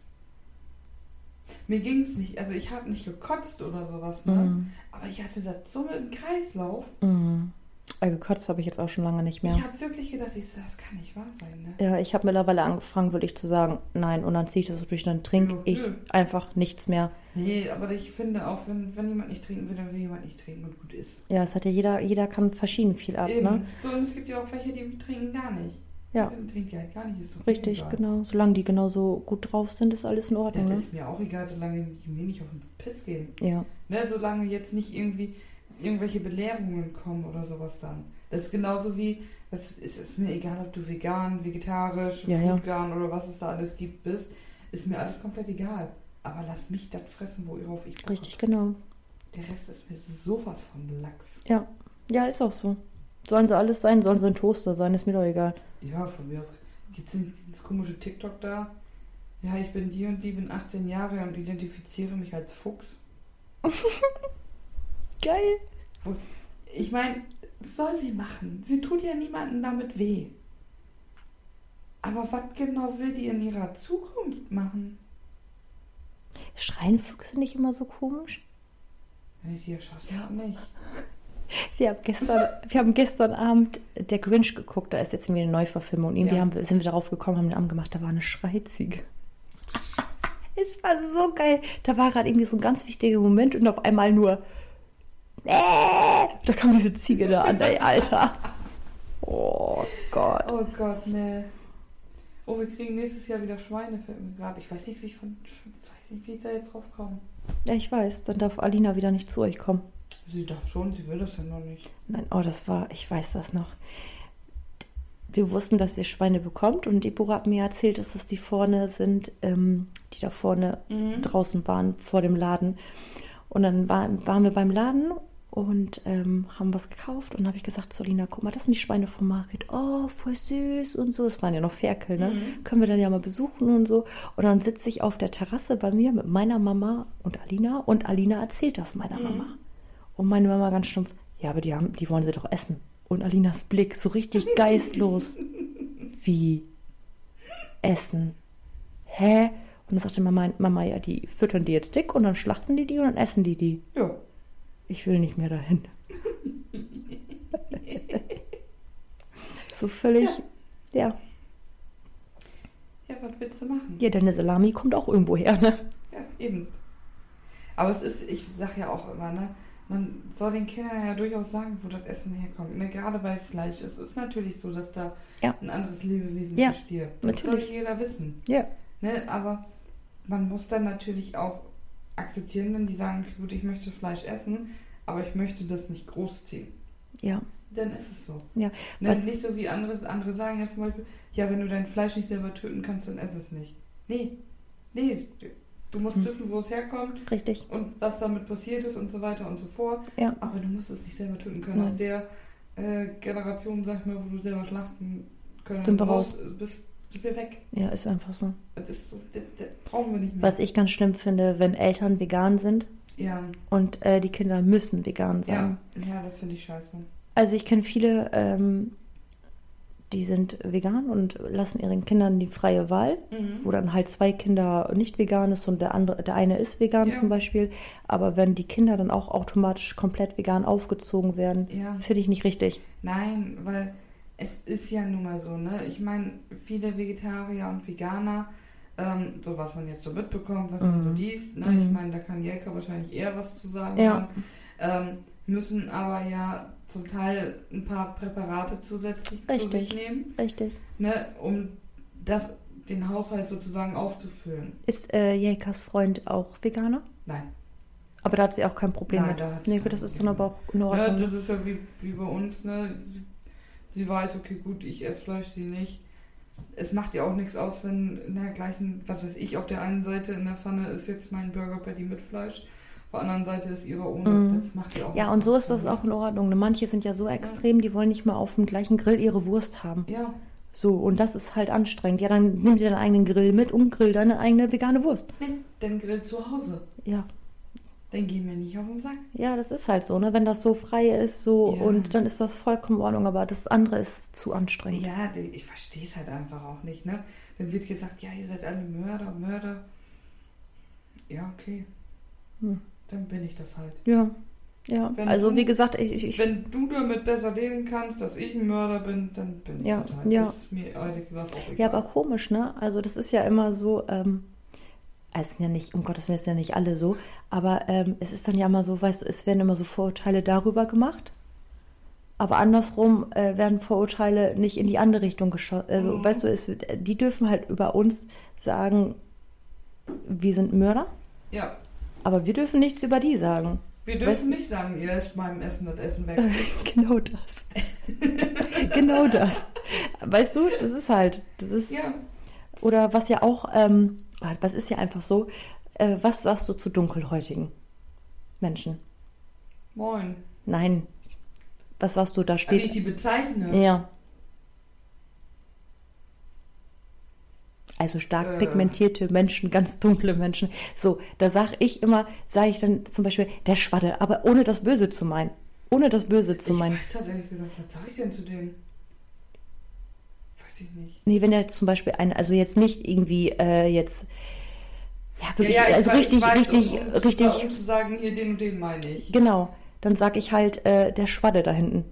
B: Mir ging es nicht, also ich habe nicht gekotzt oder sowas, ne?
A: Mhm.
B: Aber ich hatte das so im Kreislauf.
A: Mhm. Also gekotzt habe ich jetzt auch schon lange nicht mehr.
B: Ich habe wirklich gedacht, ich so, das kann nicht wahr sein, ne?
A: ja, ich habe mittlerweile angefangen, wirklich zu sagen, nein, und dann ziehe ich das so durch, dann
B: Ja,
A: trinke ich
B: nö.
A: einfach nichts mehr.
B: Nee, aber ich finde auch, wenn, wenn jemand nicht trinken will, dann will jemand nicht trinken und gut ist.
A: Ja, es hat ja jeder, jeder kann verschieden viel ab,
B: Eben.
A: ne?
B: So, und es gibt ja auch welche, die trinken gar nicht.
A: Ja.
B: Dann trinken die halt gar nicht, ist doch
A: Richtig,
B: egal.
A: genau. Solange die genauso gut drauf sind, ist alles in Ordnung,
B: Das
A: ne?
B: ist mir auch egal, solange die mir nicht auf den Piss gehen.
A: Ja.
B: Ne, solange jetzt nicht irgendwie irgendwelche Belehrungen kommen oder sowas dann. Das ist genauso wie, es ist, ist mir egal, ob du vegan, vegetarisch,
A: Ja, ja.
B: vegan oder was es da alles gibt bist, ist mir alles komplett egal. Aber lass mich das fressen, worauf ich Bock
A: Richtig,
B: hab.
A: genau.
B: Der Rest ist mir sowas von Lachs.
A: Ja. Ja, ist auch so. Sollen sie alles sein, sollen sie ein Toaster sein, ist mir doch egal.
B: Ja, von mir aus gibt es dieses komische TikTok da. Ja, ich bin die und die, bin 18 Jahre und identifiziere mich als Fuchs.
A: Geil.
B: Ich meine, das soll sie machen. Sie tut ja niemandem damit weh. Aber was genau will die in ihrer Zukunft machen?
A: Schreien Füchse nicht immer so komisch?
B: Wenn ich die erschossen habe, nicht.
A: Wir haben, gestern, wir haben gestern Abend der Grinch geguckt, da ist jetzt irgendwie eine Neuverfilmung. Und irgendwie
B: Ja.
A: haben wir, sind wir darauf gekommen, haben den Arm gemacht, da war eine Schreiziege. (laughs) es war so geil. Da war gerade irgendwie so ein ganz wichtiger Moment und auf einmal nur. Äh, da kam diese Ziege da an, ey, Alter. Oh Gott.
B: Oh Gott, ne. Oh, wir kriegen nächstes Jahr wieder Schweine, fällt mir gerade. Ich weiß nicht, wie ich von. Ich weiß nicht, wie ich da jetzt drauf komme.
A: Ja, ich weiß, dann darf Alina wieder nicht zu euch kommen.
B: Sie darf schon, sie will das ja noch nicht.
A: Nein, oh, das war, ich weiß das noch. Wir wussten, dass ihr Schweine bekommt und Deborah hat mir erzählt, dass es die vorne sind, ähm, die da vorne
B: Mhm.
A: draußen waren vor dem Laden. Und dann war, waren wir beim Laden und ähm, haben was gekauft und dann habe ich gesagt zu Lina, guck mal, das sind die Schweine vom Market. Oh, voll süß und so. Es waren ja noch Ferkel, ne?
B: Mhm.
A: Können wir dann ja mal besuchen und so. Und dann sitze ich auf der Terrasse bei mir mit meiner Mama und Alina und Alina erzählt das meiner
B: Mhm.
A: Mama. Und meine Mama ganz stumpf, ja, aber die, haben, die wollen sie doch essen. Und Alinas Blick, so richtig geistlos. Wie? Essen? Hä? Und dann sagte Mama, Mama, ja, die füttern die jetzt dick und dann schlachten die die und dann essen die die.
B: Ja.
A: Ich will nicht mehr dahin. (laughs) so völlig, ja. ja.
B: Ja, was willst du machen?
A: deine Salami kommt auch irgendwo her, ne?
B: Ja, eben. Aber es ist, ich sag ja auch immer, ne? Man soll den Kindern ja durchaus sagen, wo das Essen herkommt. Ne? Gerade bei Fleisch. Es ist natürlich so, dass da
A: Ja.
B: ein anderes Lebewesen
A: Ja,
B: verstirbt. Das
A: natürlich.
B: soll jeder wissen.
A: Ja.
B: Ne? Aber man muss dann natürlich auch akzeptieren, wenn die sagen, gut, ich möchte Fleisch essen, aber ich möchte das nicht großziehen.
A: Ja.
B: Dann ist es so.
A: Ja.
B: Ne?
A: Was-
B: Nicht so wie andere, andere sagen ja zum Beispiel, ja, wenn du dein Fleisch nicht selber töten kannst, dann ess es nicht. Nee. Nee. Du- Du musst
A: Hm.
B: wissen, wo es herkommt
A: Richtig.
B: und was damit passiert ist und so weiter und so fort.
A: Ja.
B: Aber du musst es nicht selber töten können.
A: Nein.
B: Aus der äh, Generation, sag ich mal, wo du selber schlachten können
A: Sind wir
B: musst, bist, Ich will weg.
A: Ja, ist einfach so.
B: Das, ist so, das, das brauchen wir nicht mehr.
A: Was ich ganz schlimm finde, wenn Eltern vegan sind
B: Ja,
A: und äh, die Kinder müssen vegan sein.
B: ja, ja, das finde ich scheiße.
A: Also ich kenne viele, ähm, die sind vegan und lassen ihren Kindern die freie Wahl,
B: Mhm.
A: wo dann halt zwei Kinder nicht vegan ist und der andere, der eine ist vegan
B: Ja.
A: zum Beispiel. Aber wenn die Kinder dann auch automatisch komplett vegan aufgezogen werden,
B: Ja.
A: finde ich nicht richtig.
B: Nein, weil es ist ja nun mal so, ne? Ich meine, viele Vegetarier und Veganer, ähm, so was man jetzt so mitbekommt, was man so
A: Mhm.
B: liest, ne? Ich
A: Mhm.
B: meine, da kann Jelka wahrscheinlich eher was zu sagen.
A: Ja.
B: Kann, ähm, müssen aber ja zum Teil ein paar Präparate zusätzlich zu
A: Richtig.
B: sich nehmen,
A: Richtig.
B: ne? Um das, den Haushalt sozusagen aufzufüllen.
A: Ist äh, Jelkas Freund auch Veganer?
B: Nein.
A: Aber da hat sie auch kein Problem
B: Nein,
A: mit.
B: da hat sie
A: nee,
B: kein
A: gut, das ist dann
B: Problem
A: aber auch in
B: Ja,
A: Ordnung.
B: das ist ja wie, wie bei uns, ne? Sie weiß, okay, gut, ich esse Fleisch, sie nicht. Es macht ja auch nichts aus, wenn in der gleichen, was weiß ich, auf der einen Seite in der Pfanne ist jetzt mein Burger Patty mit Fleisch, auf der anderen Seite ist ihre ohne.
A: Mhm.
B: Das macht ja auch
A: ja,
B: nichts
A: und so
B: aus,
A: ist das
B: ne?
A: auch in Ordnung. ne? Manche sind ja so extrem, die wollen nicht mal auf dem gleichen Grill ihre Wurst haben.
B: Ja,
A: So, und das ist halt anstrengend. Ja, dann nimm dir deinen eigenen Grill mit und grill deine eigene vegane Wurst.
B: nee, dann grill zu Hause.
A: Ja,
B: Dann gehen wir nicht auf den Sack.
A: ja, das ist halt so, ne? Wenn das so frei ist, so
B: Ja.
A: und dann ist das vollkommen in Ordnung, aber das andere ist zu anstrengend.
B: Ja, die- ich verstehe es halt einfach auch nicht, ne? Dann wird gesagt, ja, ihr seid alle Mörder, Mörder. Ja, okay.
A: Hm.
B: Dann bin ich das halt.
A: Ja. Ja,
B: Wenn
A: also
B: du-
A: wie gesagt, ich, ich, ich
B: Wenn du damit besser leben kannst, dass ich ein Mörder bin, dann bin
A: Ja,
B: ich total.
A: ja.
B: Das ist mir ehrlich gesagt auch egal.
A: ja, aber komisch, ne? Also das ist ja immer so, ähm, also es sind ja nicht, um Gottes Willen, es sind ja nicht alle so, aber ähm, es ist dann ja immer so, weißt du, es werden immer so Vorurteile darüber gemacht, aber andersrum äh, werden Vorurteile nicht in die andere Richtung geschossen. Also
B: Mhm.
A: weißt du, es, wird- die dürfen halt über uns sagen, wir sind Mörder,
B: ja,
A: aber wir dürfen nichts über die sagen.
B: wir dürfen
A: Weißt-
B: nicht sagen, ihr esst meinem Essen das Essen weg.
A: genau das. genau das. Weißt du, das ist halt, das ist...
B: ja,
A: Oder was ja auch, ähm, ah, das ist ja einfach so, äh, was sagst du zu dunkelhäutigen Menschen?
B: moin.
A: Nein. Was sagst du, da
B: Wie ich
A: steht.
B: die bezeichne.
A: Ja. Also stark
B: Äh.
A: pigmentierte Menschen, ganz dunkle Menschen. So, da sag ich immer, sage ich dann zum Beispiel, der Schwadde, aber ohne das Böse zu meinen. Ohne das Böse zu
B: ich
A: meinen.
B: weiß halt ehrlich gesagt, was sage ich denn zu denen? Weiß ich nicht.
A: Nee, wenn er zum Beispiel ein, also jetzt nicht irgendwie äh, jetzt, ja, wirklich, also
B: weiß-
A: richtig,
B: weiß,
A: richtig,
B: um, um zu-
A: richtig
B: Um zu sagen, hier den und den meine ich.
A: Genau, dann sag ich halt äh, der Schwadde da hinten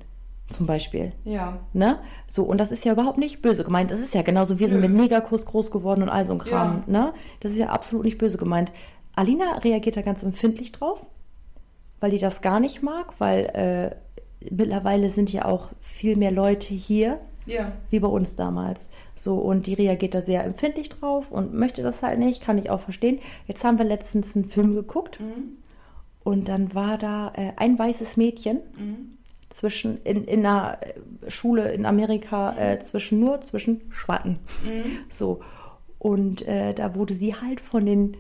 A: zum Beispiel.
B: Ja,
A: Ne? So, und das ist ja überhaupt nicht böse gemeint. Das ist ja genauso, wir sind
B: Nö.
A: mit Megakurs groß geworden und all so ein Kram.
B: Ja.
A: Ne? Das ist ja absolut nicht böse gemeint. Alina reagiert da ganz empfindlich drauf, weil die das gar nicht mag, weil äh, mittlerweile sind ja auch viel mehr Leute hier,
B: ja.
A: wie bei uns damals. So, und die reagiert da sehr empfindlich drauf und möchte das halt nicht, kann ich auch verstehen. Jetzt haben wir letztens einen Film geguckt
B: Mhm.
A: und dann war da äh, ein weißes Mädchen
B: Mhm.
A: zwischen in, in einer äh, Schule in Amerika äh, zwischen nur zwischen Schwarzen.
B: Mhm.
A: So. Und äh, da wurde sie halt von den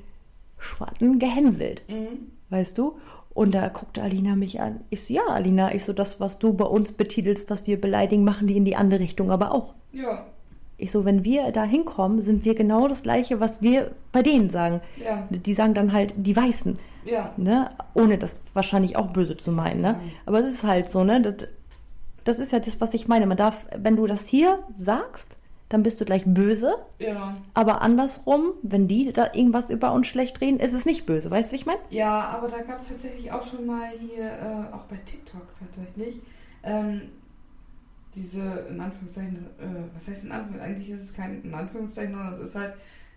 A: Schwarzen gehänselt,
B: Mhm.
A: weißt du? Und da guckte Alina mich an. Ich so, ja, Alina, ich so, das, was du bei uns betitelst, was wir beleidigen, machen die in die andere Richtung aber auch.
B: Ja,
A: Ich so, wenn wir da hinkommen, sind wir genau das Gleiche, was wir bei denen sagen.
B: ja,
A: Die sagen dann halt die Weißen
B: ja.
A: ne? ohne das wahrscheinlich auch böse zu meinen. Ne?
B: Mhm.
A: Aber es ist halt so, ne? das, das ist ja das, was ich meine. Man darf, wenn du das hier sagst, dann bist du gleich böse.
B: Ja.
A: Aber andersrum, wenn die da irgendwas über uns schlecht reden, ist es nicht böse. Weißt du, wie ich meine?
B: Ja, aber da gab es tatsächlich auch schon mal hier, äh, auch bei TikTok tatsächlich, ähm, diese in Anführungszeichen, äh, was heißt in Anführungszeichen? Eigentlich ist es kein in Anführungszeichen, sondern es ist halt,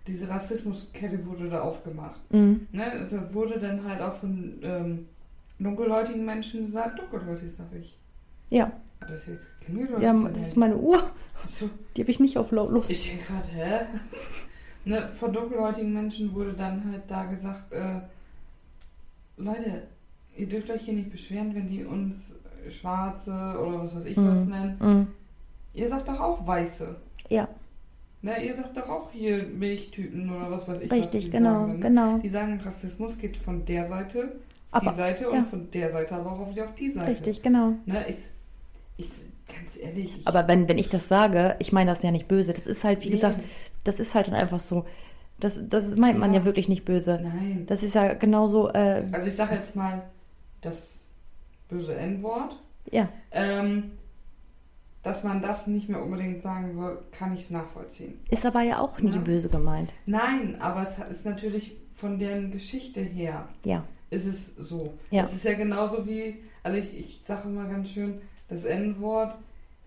B: diese Rassismuskette wurde da aufgemacht.
A: Mhm.
B: Ne? Es wurde dann halt auch von ähm, dunkelhäutigen Menschen gesagt, dunkelhäutig darf ich.
A: Ja,
B: Hat das jetzt geklingelt oder
A: ja
B: was
A: das ist
B: denn
A: meine Uhr.
B: jetzt? So,
A: Die habe ich nicht auf laut los.
B: ich denke gerade, hä? (laughs) ne, von dunkelhäutigen Menschen wurde dann halt da gesagt, äh, Leute, ihr dürft euch hier nicht beschweren, wenn die uns äh, Schwarze oder was weiß ich was
A: Mhm.
B: nennen.
A: Mhm.
B: Ihr sagt doch auch Weiße.
A: Ja,
B: Ne, ihr sagt doch auch hier Milchtüten oder was weiß ich was.
A: richtig,
B: die
A: genau,
B: sagen, ne?
A: genau.
B: Die sagen, Rassismus geht von der Seite, auf die
A: Aber
B: Seite
A: ja.
B: und von der Seite aber auch wieder auf die Seite.
A: richtig, genau.
B: Ne, ich, ich Ganz ehrlich. Ich,
A: Aber wenn, wenn ich das sage, ich meine das ja nicht böse. Das ist halt, wie
B: Nee.
A: gesagt, das ist halt dann einfach so. Das, das meint man ja
B: Ja.
A: wirklich nicht böse.
B: nein.
A: Das ist ja genauso, äh,
B: Also ich sage jetzt mal das böse N-Wort.
A: ja.
B: Ähm, dass man das nicht mehr unbedingt sagen soll, kann ich nachvollziehen.
A: Ist aber ja auch nicht
B: Ja.
A: böse gemeint.
B: Nein, aber es ist natürlich von deren Geschichte her
A: Ja.
B: ist es so.
A: Ja.
B: Es ist ja genauso wie, also ich, ich sage immer ganz schön, das N-Wort,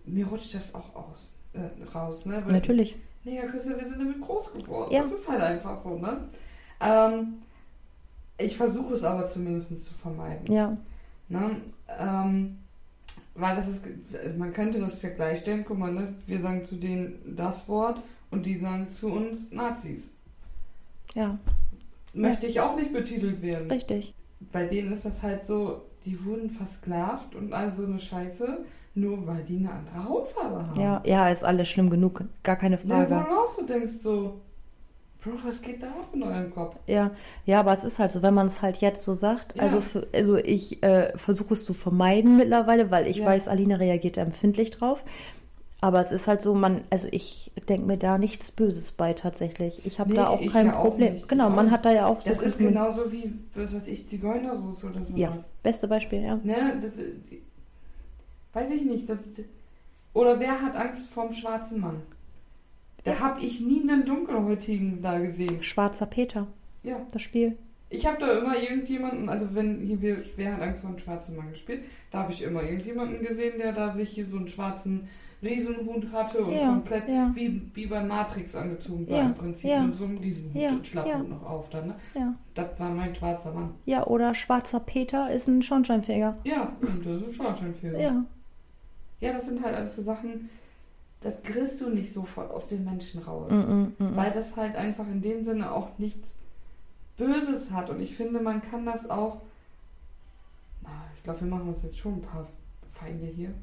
B: mir rutscht das auch aus, äh, raus, ne? Weil-
A: Natürlich.
B: Negerküsse, wir sind damit groß geworden.
A: Ja.
B: Das ist halt einfach so, ne? Ähm, ich versuche es aber zumindest zu vermeiden.
A: Ja.
B: Ne? Ähm, weil das ist, also man könnte das ja gleichstellen, guck mal, ne? wir sagen zu denen das Wort und die sagen zu uns Nazis.
A: Ja.
B: Möchte ich auch nicht betitelt werden.
A: Richtig.
B: Bei denen ist das halt so, die wurden versklavt und all so eine Scheiße, nur weil die eine andere Hautfarbe haben.
A: Ja. Ja, ist alles schlimm genug. Gar keine
B: Ja,
A: Frage.
B: wo du auch so denkst so, Bro, was geht da ab in eurem Kopf?
A: Ja, ja, aber es ist halt so, wenn man es halt jetzt so sagt.
B: Ja.
A: Also, für, also ich äh, versuche es zu vermeiden mittlerweile, weil ich
B: Ja.
A: weiß, Alina reagiert da empfindlich drauf. Aber es ist halt so, man, also ich denke mir da nichts Böses bei tatsächlich. Ich habe
B: Nee,
A: da auch
B: ich
A: kein
B: ja auch
A: Problem.
B: nicht.
A: genau,
B: Ich auch
A: man
B: nicht.
A: hat da ja auch so.
B: Das ist
A: Kritik.
B: genauso wie, was weiß ich, Zigeunersoße oder sowas.
A: Ja, beste Beispiel, ja.
B: Ne, das, die- weiß ich nicht. Das, oder wer hat Angst vorm schwarzen Mann? Da habe ich nie einen Dunkelhäutigen da gesehen.
A: Schwarzer Peter,
B: Ja,
A: das Spiel.
B: ich habe da immer irgendjemanden, also wenn hier wir, wer hat Angst vor dem schwarzen Mann gespielt, da habe ich immer irgendjemanden gesehen, der da sich hier so einen schwarzen Riesenhut hatte und
A: Ja,
B: komplett
A: ja.
B: wie, wie bei Matrix angezogen war
A: Ja,
B: im Prinzip
A: ja.
B: mit so einem Riesenhut
A: Ja,
B: und Schlapphut
A: ja.
B: noch auf dann. Ne?
A: Ja.
B: Das war mein schwarzer Mann.
A: Ja, oder Schwarzer Peter ist ein Schornsteinfeger.
B: Ja, und das ist schon schön viel.
A: Ja.
B: Ja, das sind halt alles so Sachen, das kriegst du nicht sofort aus den Menschen raus.
A: Mm, mm, mm.
B: Weil das halt einfach in dem Sinne auch nichts Böses hat. Und ich finde, man kann das auch. Na, ich glaube, wir machen uns jetzt schon ein paar Feinde hier.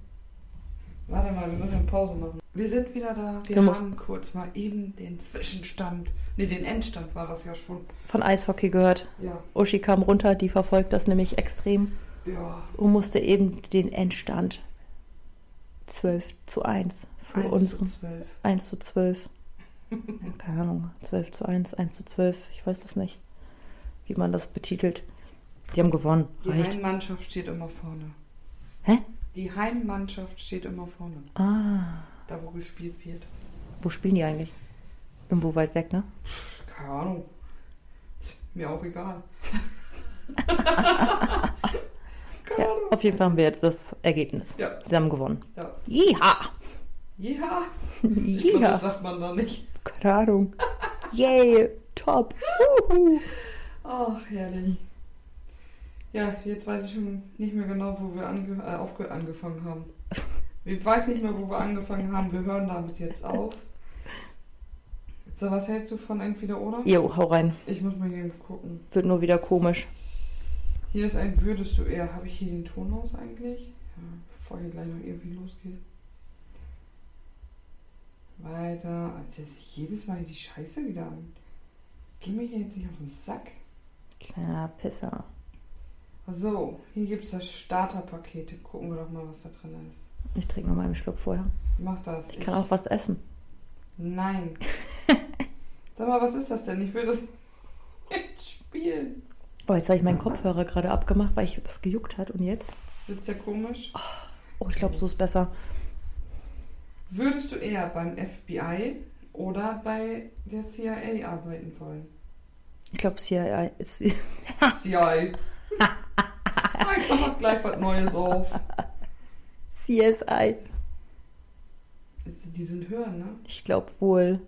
B: Warte mal, wir müssen Pause machen. Wir sind wieder da. Wir,
A: Wir
B: haben
A: mussten-
B: kurz mal eben den Zwischenstand. Ne, den Endstand war das ja schon.
A: Von Eishockey gehört.
B: Ja,
A: Uschi kam runter, die verfolgt das nämlich extrem.
B: ja.
A: und musste eben den Endstand 12 zu 1 für
B: 1 zu
A: unseren
B: 12.
A: 1 zu 12. Ja, keine Ahnung, 12 zu 1, 1 zu 12, ich weiß das nicht, wie man das betitelt. Die haben gewonnen,
B: Die
A: reicht.
B: Heimmannschaft steht immer vorne.
A: Hä?
B: Die Heimmannschaft steht immer vorne.
A: Ah,
B: Da, wo gespielt wird.
A: wo spielen die eigentlich? Irgendwo weit weg, ne?
B: Keine Ahnung. Ist Mir auch egal. Keine
A: Ja,
B: Ahnung.
A: auf jeden Fall haben wir jetzt das Ergebnis.
B: Ja.
A: Sie haben gewonnen.
B: Ja.
A: Jeha!
B: Ja. Ich glaub, das
A: Jeha!
B: sagt man da nicht.
A: Keine Ahnung. Yay! Top! Uhu.
B: Ach, herrlich. Ja, jetzt weiß ich schon nicht mehr genau, wo wir ange äh, aufge angefangen haben. Ich weiß nicht mehr, wo wir angefangen haben. Wir hören damit jetzt auf. So, was hältst du von entweder oder?
A: Jo, hau rein.
B: Ich muss mal eben gucken.
A: Wird nur wieder komisch.
B: Hier ist ein würdest du eher. Habe ich hier den Ton aus eigentlich? Ja, bevor hier gleich noch irgendwie losgeht. Weiter. Also jetzt jedes Mal die Scheiße wieder an. Geh mir hier jetzt nicht auf den Sack.
A: Kleiner Pisser.
B: So, hier gibt es das Starterpaket. Gucken wir doch mal, was da drin ist.
A: Ich trinke noch mal einen Schluck vorher.
B: Mach das.
A: Ich kann auch was essen. (laughs)
B: Nein. Sag mal, was ist das denn? Ich will das (laughs) nicht spielen.
A: Oh, jetzt habe ich meinen Kopfhörer gerade abgemacht, weil ich das gejuckt hat. Und jetzt?
B: Wird's ja komisch.
A: Oh, ich glaube, so ist besser.
B: Würdest du eher beim FBI oder bei der CIA arbeiten wollen?
A: Ich glaube, CIA ist. (laughs)
B: (laughs) CIA. Ich mach gleich was Neues auf.
A: CSI.
B: Die sind höher, ne?
A: Ich glaube wohl.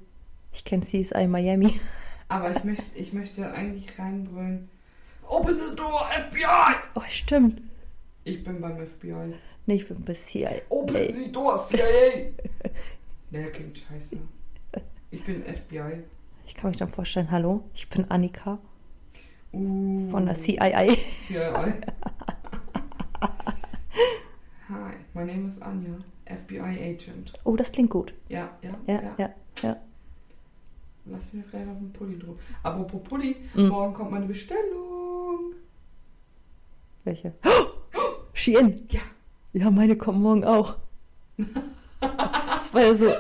A: Ich kenne CSI Miami. (laughs)
B: Aber ich möchte, ich möchte eigentlich reinbrüllen. Open the door, FBI!
A: Oh, stimmt.
B: Ich bin beim FBI.
A: Nee, ich bin bei CIA.
B: Open
A: Ey,
B: the door, CIA! Der klingt scheiße. Ich bin FBI.
A: ich kann mich dann vorstellen, hallo, ich bin Annika
B: Uh,
A: von der CIA.
B: CIA. Hi, my name is Anja, FBI Agent.
A: Oh, das klingt gut.
B: Ja, ja, ja.
A: Ja, ja, ja.
B: Lass mir vielleicht noch einen Pulli drucken. Apropos Pulli,
A: Mhm.
B: morgen kommt meine Bestellung.
A: Welche? Oh, Shein.
B: Ja.
A: Ja, meine kommen morgen auch. Das war ja so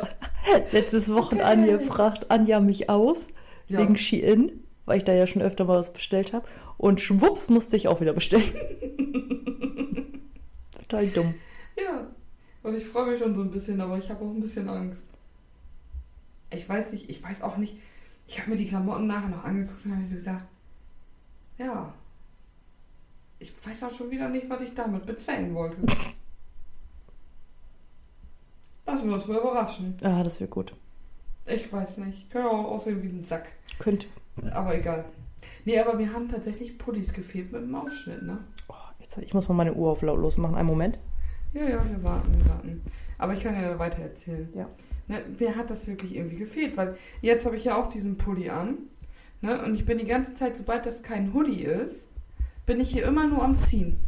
A: letztes Wochenende Anja fragt Anja mich aus
B: Ja.
A: wegen Shein, weil ich da ja schon öfter mal was bestellt habe. Und schwupps musste ich auch wieder
B: (laughs)
A: bestellen. Total dumm.
B: Ja. Und ich freue mich schon so ein bisschen, aber ich habe auch ein bisschen Angst. Ich weiß nicht, ich weiß auch nicht. Ich habe mir die Klamotten nachher noch angeguckt und habe mir so gedacht, ja. Ich weiß auch schon wieder nicht, was ich damit bezwecken wollte. Lassen wir uns mal überraschen.
A: Ah, das wäre gut.
B: Ich weiß nicht. Kann ja auch aussehen wie ein Sack.
A: Könnte.
B: Aber egal. Nee, aber mir haben tatsächlich Pullis gefehlt mit dem Ausschnitt, ne?
A: Oh, jetzt, ich muss mal meine Uhr auf lautlos machen. Einen Moment.
B: Ja, ja, wir warten, wir warten. Aber ich kann ja weiter erzählen.
A: Ja.
B: Ne, mir hat das wirklich irgendwie gefehlt, weil jetzt habe ich ja auch diesen Pulli an. Ne, und ich bin die ganze Zeit, sobald das kein Hoodie ist, bin ich hier immer nur am Ziehen.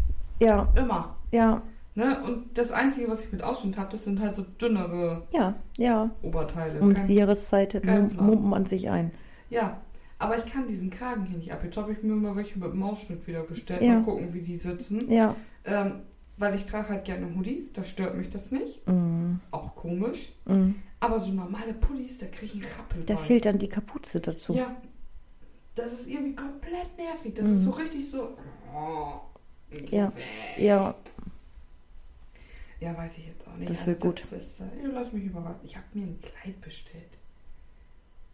A: Ja,
B: Immer.
A: ja,
B: Ne, und das Einzige, was ich mit Ausschnitt habe, das sind halt so dünnere
A: ja, ja.
B: Oberteile.
A: Um
B: Kein-
A: die Jahreszeit
B: kein
A: mum-
B: Plan.
A: mumpen an sich ein.
B: Ja, aber ich kann diesen Kragen hier nicht ab. Jetzt habe ich mir mal welche mit dem Ausschnitt wieder bestellt.
A: Ja.
B: Mal gucken, wie die sitzen.
A: Ja.
B: Ähm, weil ich trage halt gerne Hoodies, da stört mich das nicht.
A: Mhm.
B: Auch komisch.
A: Mhm.
B: Aber so normale Pullis, da kriege ich einen Rappel.
A: Da
B: bei.
A: fehlt dann die Kapuze dazu.
B: Ja. Das ist irgendwie komplett nervig. Das
A: Mhm.
B: ist so richtig so. Oh, ich
A: Ja.
B: weh.
A: ja.
B: Ja, weiß ich jetzt auch nicht.
A: Das wird gut.
B: Das, das, äh, lass mich überraschen. Ich habe mir ein Kleid bestellt.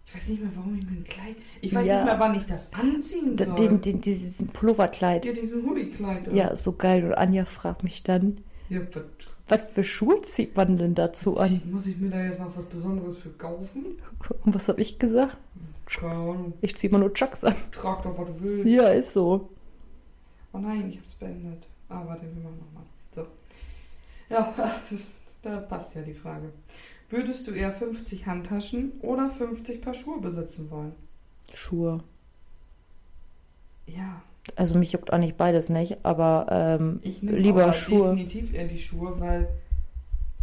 B: Ich weiß nicht mehr, warum ich mir ein Kleid. Ich weiß
A: Ja.
B: nicht mehr, wann ich das anziehen
A: D-
B: soll.
A: Den, den, diesen Pulloverkleid.
B: dir diesen Hoodie-Kleid an.
A: Ja, ist so geil. Und Anja fragt mich dann,
B: ja was
A: was für Schuhe zieht man denn dazu an?
B: muss ich mir da jetzt noch was Besonderes für kaufen?
A: Und was habe ich gesagt?
B: Keine Ahnung.
A: Ich ziehe mal nur Chucks an.
B: Trag doch, was du willst.
A: Ja, ist so.
B: Oh nein, ich hab's beendet. Ah, warte, wir machen nochmal. So. Ja, (laughs) da passt ja die Frage. Würdest du eher 50 Handtaschen oder 50 Paar Schuhe besitzen wollen?
A: Schuhe.
B: Ja.
A: Also mich juckt auch nicht beides nicht, aber ähm,
B: Ich nehm
A: lieber
B: aber
A: Schuhe.
B: definitiv eher die Schuhe, weil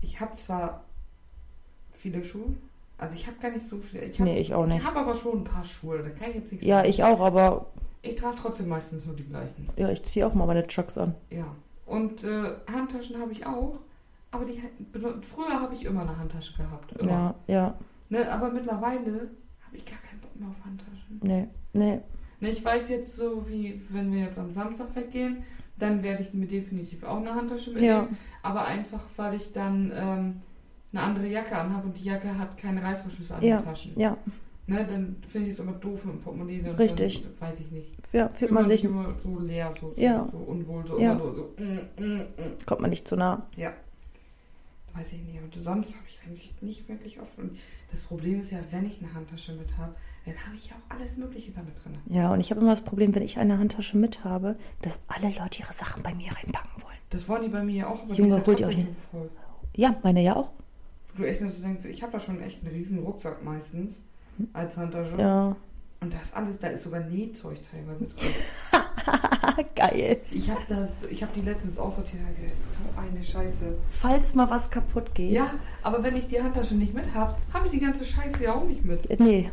B: ich habe zwar viele Schuhe, also ich habe gar nicht so viele. Ich habe
A: Nee, ich auch nicht.
B: hab aber schon ein paar Schuhe, da kann ich jetzt nichts
A: Ja,
B: sagen.
A: ich auch, aber
B: Ich trage trotzdem meistens nur die gleichen.
A: ja, ich ziehe auch mal meine Chucks an.
B: Ja. Und äh, Handtaschen habe ich auch, aber die benu- früher habe ich immer eine Handtasche gehabt. Immer.
A: Ja, ja,
B: Ne, aber mittlerweile habe ich gar keinen Bock mehr auf Handtaschen.
A: nee, nee.
B: Ne, ich weiß jetzt so, wie wenn wir jetzt am Samstag weggehen, dann werde ich mir definitiv auch eine Handtasche mitnehmen.
A: Ja,
B: Aber einfach, weil ich dann ähm, eine andere Jacke anhabe und die Jacke hat keine Reißverschlüsse an
A: Ja.
B: den Taschen.
A: ja,
B: Ne, dann finde ich es immer doof mit dem Portemonnaie. Dann,
A: Richtig.
B: Dann, weiß ich nicht.
A: ja, fühlt man sich,
B: immer so leer, so, so,
A: Ja.
B: so unwohl, so
A: Ja.
B: immer nur so. Mm, mm, mm.
A: kommt man nicht zu nah.
B: Weiß ich nicht, aber sonst habe ich eigentlich nicht wirklich oft. Und das Problem ist ja, wenn ich eine Handtasche mit habe, dann habe ich ja auch alles Mögliche damit drin.
A: Ja, und ich habe immer das Problem, wenn ich eine Handtasche mit habe, dass alle Leute ihre Sachen bei mir reinpacken wollen.
B: Das wollen die bei mir ja auch, aber
A: Junge,
B: die ist ja
A: holt ihr
B: trotzdem
A: euch
B: schon voll.
A: Ja, meine ja auch.
B: Wo Du echt nur so denkst, ich habe da schon echt einen riesen Rucksack meistens als Handtasche.
A: Hm. Ja,
B: Und da ist alles, da ist sogar Nähzeug teilweise drin.
A: geil.
B: Ich habe das, ich habe die letztens aussortiert und hab gesagt, so eine Scheiße.
A: Falls mal was kaputt geht.
B: Ja, aber wenn ich die Handtasche nicht mit habe, habe ich die ganze Scheiße ja auch nicht mit.
A: Äh, Nee,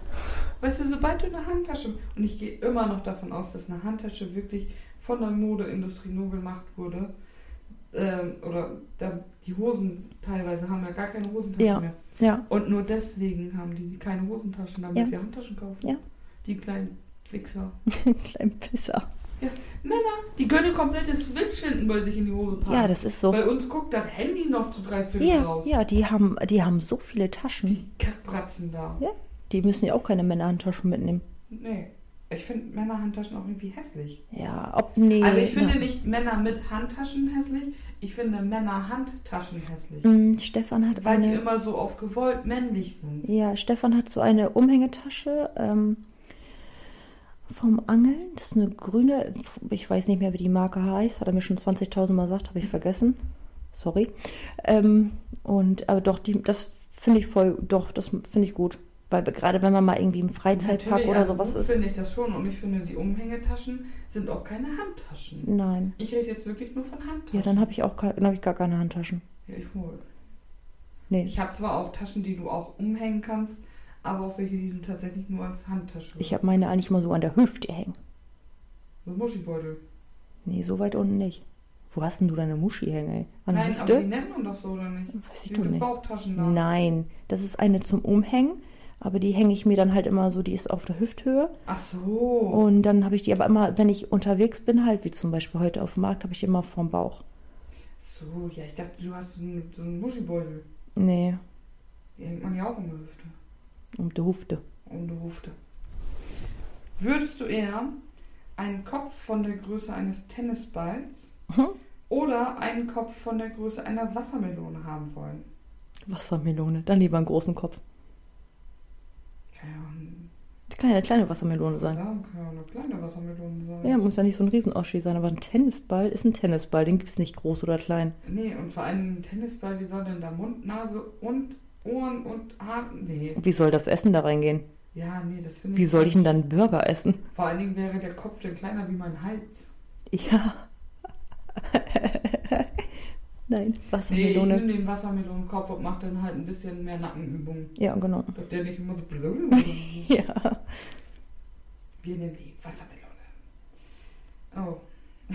B: Weißt du, sobald du eine Handtasche. Und ich gehe immer noch davon aus, dass eine Handtasche wirklich von der Modeindustrie nur gemacht wurde. Ähm, oder da, die Hosen teilweise haben ja gar keine Hosentaschen
A: Ja.
B: mehr.
A: ja, (laughs)
B: Und nur deswegen haben die keine Hosentaschen, damit
A: Ja.
B: wir Handtaschen kaufen.
A: Ja.
B: Die kleinen Wichser.
A: kleinen Pisser.
B: Die können komplette Switch hinten bei sich in die Hose packen.
A: Ja, das ist so.
B: Bei uns guckt das Handy noch zu drei Viertel
A: Ja,
B: raus.
A: ja, die haben, die haben so viele Taschen.
B: Die Kackbratzen da.
A: Ja. Die müssen ja auch keine Männerhandtaschen mitnehmen.
B: Nee. Ich finde Männerhandtaschen auch irgendwie hässlich.
A: Ja, ob nee.
B: Also ich finde
A: ja.
B: nicht Männer mit Handtaschen hässlich, ich finde Männer Handtaschen hässlich.
A: Mm, Stefan hat
B: Weil die
A: eine.
B: immer so auf gewollt männlich sind.
A: Ja, Stefan hat so eine Umhängetasche ähm, vom Angeln. Das ist eine grüne. Ich weiß nicht mehr, wie die Marke heißt. Hat er mir schon 20.000 Mal gesagt, habe ich vergessen. Sorry. Ähm, und aber doch, die, das finde ich voll. Doch, das finde ich gut. Weil gerade wenn man mal irgendwie im Freizeitpark
B: Natürlich,
A: oder
B: also
A: sowas
B: gut
A: ist.
B: finde ich das schon und ich finde die Umhängetaschen sind auch keine Handtaschen.
A: Nein.
B: Ich rede jetzt wirklich nur von Handtaschen.
A: Mhm. Ja, dann habe ich auch ke- dann hab ich gar keine Handtaschen.
B: Ja, ich wohl.
A: Nee.
B: Ich habe zwar auch Taschen, die du auch umhängen kannst, aber auch welche, die du tatsächlich nur als Handtasche
A: Ich habe meine eigentlich mal so an der Hüfte hängen.
B: So Muschibeutel.
A: Nee, so weit unten nicht. Wo hast denn du deine Muschi hängen? ey? An der
B: Nein,
A: Hüfte?
B: aber die nennt man doch so, oder nicht?
A: Weiß ich
B: Diese
A: doch nicht.
B: Bauchtaschen
A: Genau.
B: da.
A: Nein, das ist eine zum Umhängen, aber die hänge ich mir dann halt immer so, die ist auf der Hüfthöhe.
B: Ach so.
A: Und dann habe ich die aber immer, wenn ich unterwegs bin, halt, wie zum Beispiel heute auf dem Markt, habe ich die immer vorm Bauch.
B: So, ja, ich dachte, du hast so einen, so einen Muschibeutel.
A: Nee,
B: Die hängt man ja auch um die Hüfte.
A: um die Hüfte.
B: Um die Hüfte. Würdest du eher einen Kopf von der Größe eines Tennisballs
A: Mhm.
B: oder einen Kopf von der Größe einer Wassermelone haben wollen?
A: Wassermelone, dann lieber einen großen Kopf.
B: Kann ja auch ein-
A: Das kann ja eine kleine Wassermelone sein.
B: sagen, kann ja auch eine kleine Wassermelone sein.
A: Ja, muss ja nicht so ein Riesenausschie sein, aber ein Tennisball ist ein Tennisball, den gibt es nicht groß oder klein.
B: Nee, und vor allem ein Tennisball, wie soll denn da Mund, Nase und Ohren und Haare? Nee.
A: Wie soll das Essen da reingehen?
B: Ja, nee, das finde ich.
A: Wie soll ich denn dann einen Burger essen? (laughs)
B: Vor allen Dingen wäre der Kopf denn kleiner wie mein Hals.
A: Ja. (laughs) Nein,
B: Nee, ich
A: Wassermelone.
B: nehme den Wassermelonenkopf und mache dann halt ein bisschen mehr Nackenübungen.
A: ja, genau.
B: Dass der nicht immer so.
A: Ja.
B: (laughs) Wir nehmen die Wassermelone. Oh.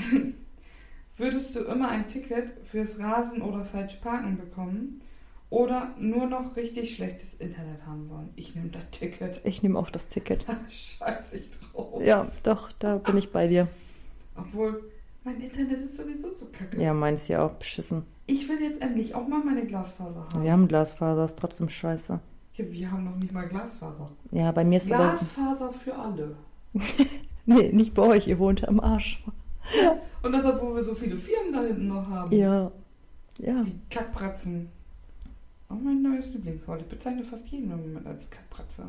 B: (laughs) Würdest du immer ein Ticket fürs Rasen oder falsch parken bekommen oder nur noch richtig schlechtes Internet haben wollen? Ich nehme das Ticket. (laughs)
A: Ich nehme auch das Ticket.
B: Scheiß ich drauf.
A: Ja, doch, da bin ich bei dir.
B: Obwohl, mein Internet ist sowieso so kacke.
A: Ja, meins ja auch beschissen.
B: Ich will jetzt endlich auch mal meine Glasfaser haben.
A: Wir haben Glasfaser, ist trotzdem scheiße.
B: Ja, wir haben noch nicht mal Glasfaser.
A: Ja, bei mir ist aber.
B: Glasfaser für alle.
A: Nee, nicht bei euch, ihr wohnt am Arsch.
B: Und das, obwohl wir so viele Firmen da hinten noch haben.
A: Ja. Ja.
B: Die Kackpratzen. Auch mein neues Lieblingswort. Ich bezeichne fast jeden im Moment als Kackpratze.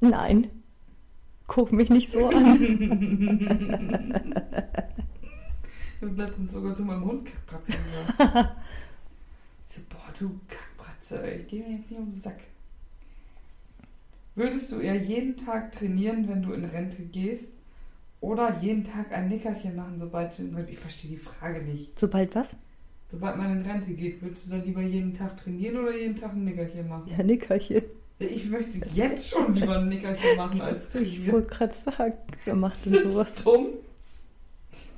A: Nein. Guck mich nicht
B: (laughs)
A: so an.
B: Ich habe letztens sogar zu meinem Hund Kackpratze gesagt. ich so, boah, du Kackpratze, ey, ich gehe mir jetzt nicht um den Sack. Würdest du eher jeden Tag trainieren, wenn du in Rente gehst? Oder jeden Tag ein Nickerchen machen, sobald du in Rente... Ich verstehe die Frage nicht.
A: Sobald was?
B: Sobald man in Rente geht, würdest du dann lieber jeden Tag trainieren oder jeden Tag ein Nickerchen machen?
A: Ja, Nickerchen.
B: Ich möchte jetzt schon lieber ein Nickerchen machen als trainieren.
A: Ich wollte gerade sagen, wer macht denn
B: Sind
A: sowas?
B: dumm?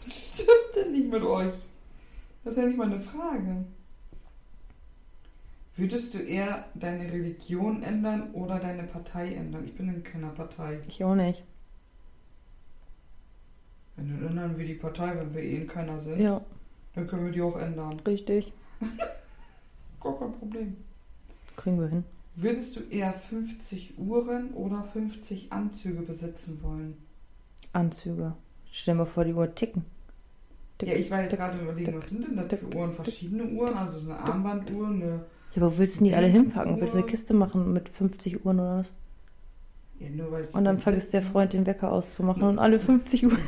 B: Was stimmt denn nicht mit euch? Das ist ja nicht mal eine Frage. Würdest du eher deine Religion ändern oder deine Partei ändern? Ich bin in keiner Partei.
A: Ich auch nicht.
B: Wenn dann ändern wir die Partei, wenn wir eh in keiner sind,
A: Ja,
B: dann können wir die auch ändern.
A: richtig.
B: Gar kein Problem.
A: Kriegen wir hin.
B: Würdest du eher 50 Uhren oder 50 Anzüge besitzen wollen?
A: Anzüge. Stell dir mal vor, die Uhr ticken. Tick,
B: ja, ich war jetzt
A: tick.
B: gerade überlegen, was sind denn das für Uhren? Verschiedene Uhren, also so eine Armbanduhr, eine
A: Ja, aber wo willst du denn die alle hinpacken?
B: Uhr.
A: Willst du eine Kiste machen mit 50 Uhren oder was?
B: Ja, nur weil ich
A: Und dann
B: die
A: vergisst der
B: besitze.
A: Freund den Wecker auszumachen und alle 50 Uhren.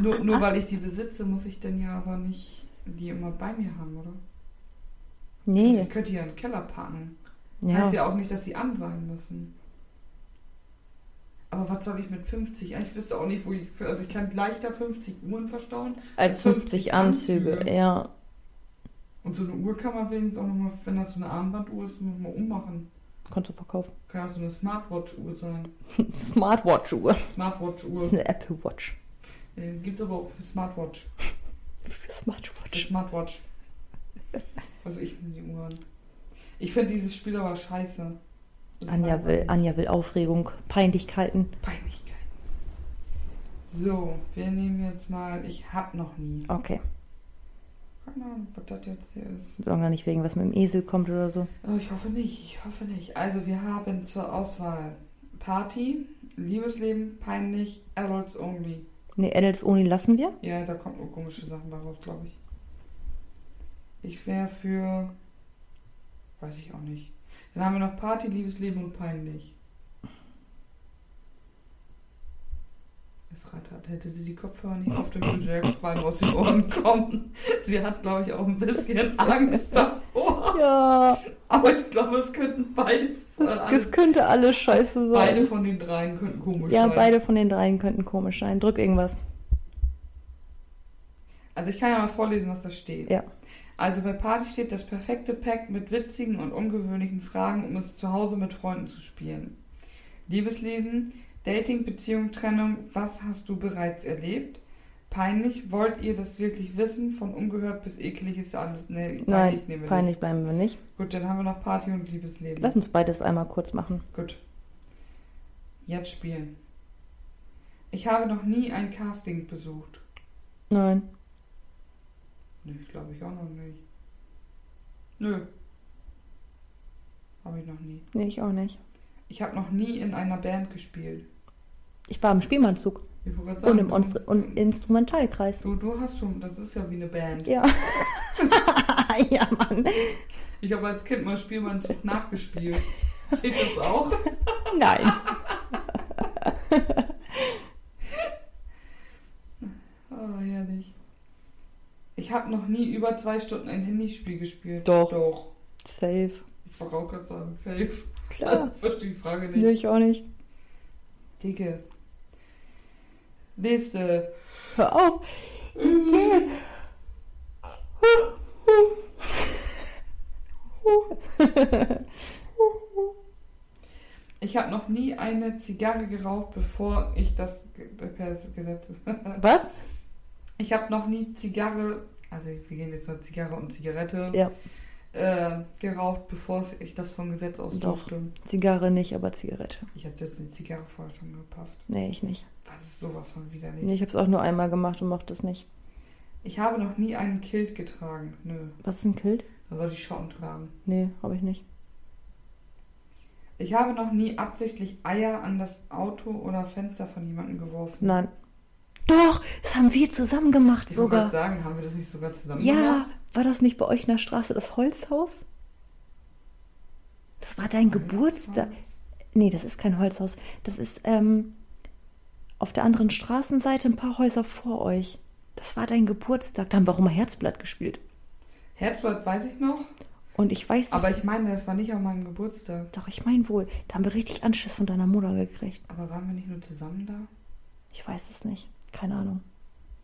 B: Nur,
A: (laughs)
B: nur weil ich die besitze, muss ich dann ja aber nicht die immer bei mir haben, oder?
A: Nee,
B: Ich könnte die ja in den Keller packen.
A: ja.
B: Heißt ja auch nicht, dass sie an sein müssen. Aber was soll ich mit 50? Ich wüsste auch nicht, wo ich. Also ich kann leichter 50 Uhren verstauen.
A: Als 50 Anzüge,
B: Anzüge.
A: ja.
B: Und so eine Uhr kann man wenigstens auch nochmal, wenn das so eine Armbanduhr ist, nochmal ummachen.
A: Kannst du verkaufen. (laughs)
B: Kann ja so eine Smartwatch-Uhr sein.
A: Smartwatch-Uhr. Das
B: Smartwatch-Uhr.
A: ist eine Apple Watch.
B: Äh, Gibt's aber auch für Smartwatch.
A: Für
B: Die
A: Smartwatch.
B: Smartwatch. Also ich nehme die Uhren. Ich finde dieses Spiel aber scheiße. Das
A: Anja
B: war-
A: will, Anja will Aufregung, Peinlichkeiten.
B: Peinlichkeit. So, wir nehmen jetzt mal. Ich hab noch nie.
A: Okay.
B: Keine Ahnung, was das jetzt hier ist.
A: Solange da nicht wegen was mit dem Esel kommt oder so.
B: Oh, ich hoffe nicht, ich hoffe nicht. Also, wir haben zur Auswahl Party, Liebesleben, peinlich, Adults Only.
A: Nee, Adults Only lassen wir.
B: Ja, da kommen nur komische Sachen bei raus, glaube ich. Ich wäre für. Weiß ich auch nicht. Dann haben wir noch Party, Liebesleben und peinlich. Es rattert. Hätte sie die Kopfhörer nicht auf, dann würde der Qualm aus den Ohren kommen. Sie hat, glaube ich, auch ein bisschen Angst davor.
A: Ja,
B: Aber ich glaube, es könnten beide,
A: das,
B: äh,
A: das könnte alles scheiße sein.
B: beide von den dreien könnten komisch
A: ja,
B: sein.
A: beide von den dreien könnten komisch sein. Drück irgendwas.
B: Also ich kann ja mal vorlesen, was da steht.
A: Ja.
B: Also bei Party steht das perfekte Pack mit witzigen und ungewöhnlichen Fragen, um es zu Hause mit Freunden zu spielen. Liebeslesen, Dating, Beziehung, Trennung, was hast du bereits erlebt? Peinlich, wollt ihr das wirklich wissen? Von ungehört bis eklig ist alles. Nee,
A: Nein,
B: nehmen wir
A: peinlich bleiben wir nicht.
B: nicht. Gut, dann haben wir noch Party und Liebesleben.
A: Lass uns beides einmal kurz machen.
B: Gut. Jetzt spielen. Ich habe noch nie ein Casting besucht.
A: Nein.
B: Nö, ich glaube ich auch noch nicht. Nö. Habe ich noch nie.
A: Nee, ich auch nicht.
B: Ich habe noch nie in einer Band gespielt.
A: Ich war im Spielmannzug
B: Ich wollte gerade
A: und
B: sagen.
A: im Ons- und Instrumentalkreis.
B: du, du hast schon, das ist ja wie eine Band.
A: Ja. (laughs) ja, Mann.
B: Ich habe als Kind
A: (laughs)
B: mal Spielmannzug nachgespielt. Seht ihr das auch?
A: Nein.
B: Oh, herrlich. Ich habe noch nie über zwei Stunden ein Handyspiel gespielt.
A: Doch.
B: Doch.
A: Safe.
B: Ich wollte auch gerade sagen, safe.
A: Klar.
B: (laughs) Verstehe die Frage nicht.
A: Nee, ich auch nicht.
B: Dicke. Nächste.
A: (laughs) Hör auf.
B: Ich habe noch nie eine Zigarre geraucht, bevor ich das Ge- per Gesetz.
A: Was?
B: (laughs) Ich habe noch nie Zigarre, also wir gehen jetzt mal Zigarre und Zigarette,
A: Ja.
B: äh, geraucht, bevor ich das vom Gesetz aus
A: Doch.
B: durfte.
A: Zigarre nicht, aber Zigarette.
B: Ich hatte jetzt eine Zigarre vorher schon gepafft.
A: Nee, ich nicht.
B: Das ist sowas von widerlich.
A: Nee, ich hab's auch nur einmal gemacht und mochte es nicht.
B: Ich habe noch nie einen Kilt getragen. Nö,
A: Was ist ein Kilt?
B: aber die Schotten tragen.
A: Nee, habe ich nicht.
B: Ich habe noch nie absichtlich Eier an das Auto oder Fenster von jemandem geworfen.
A: Nein. Doch, das haben wir zusammen gemacht
B: Ich wollte gerade
A: sogar.
B: sagen, haben wir das nicht sogar zusammen
A: Ja,
B: gemacht?
A: war das nicht bei euch in der Straße das Holzhaus? Das war dein Geburtstag. Nee, das ist kein Holzhaus. Das ist ähm, auf der anderen Straßenseite ein paar Häuser vor euch. Das war dein Geburtstag. Da haben wir auch immer Herzblatt gespielt.
B: Herzblatt weiß ich noch,
A: Und ich weiß, dass
B: aber ich meine, das war nicht an meinem Geburtstag.
A: doch, ich mein wohl, da haben wir richtig Anschiss von deiner Mutter gekriegt.
B: Aber waren wir nicht nur zusammen da?
A: Ich weiß es nicht. Keine Ahnung.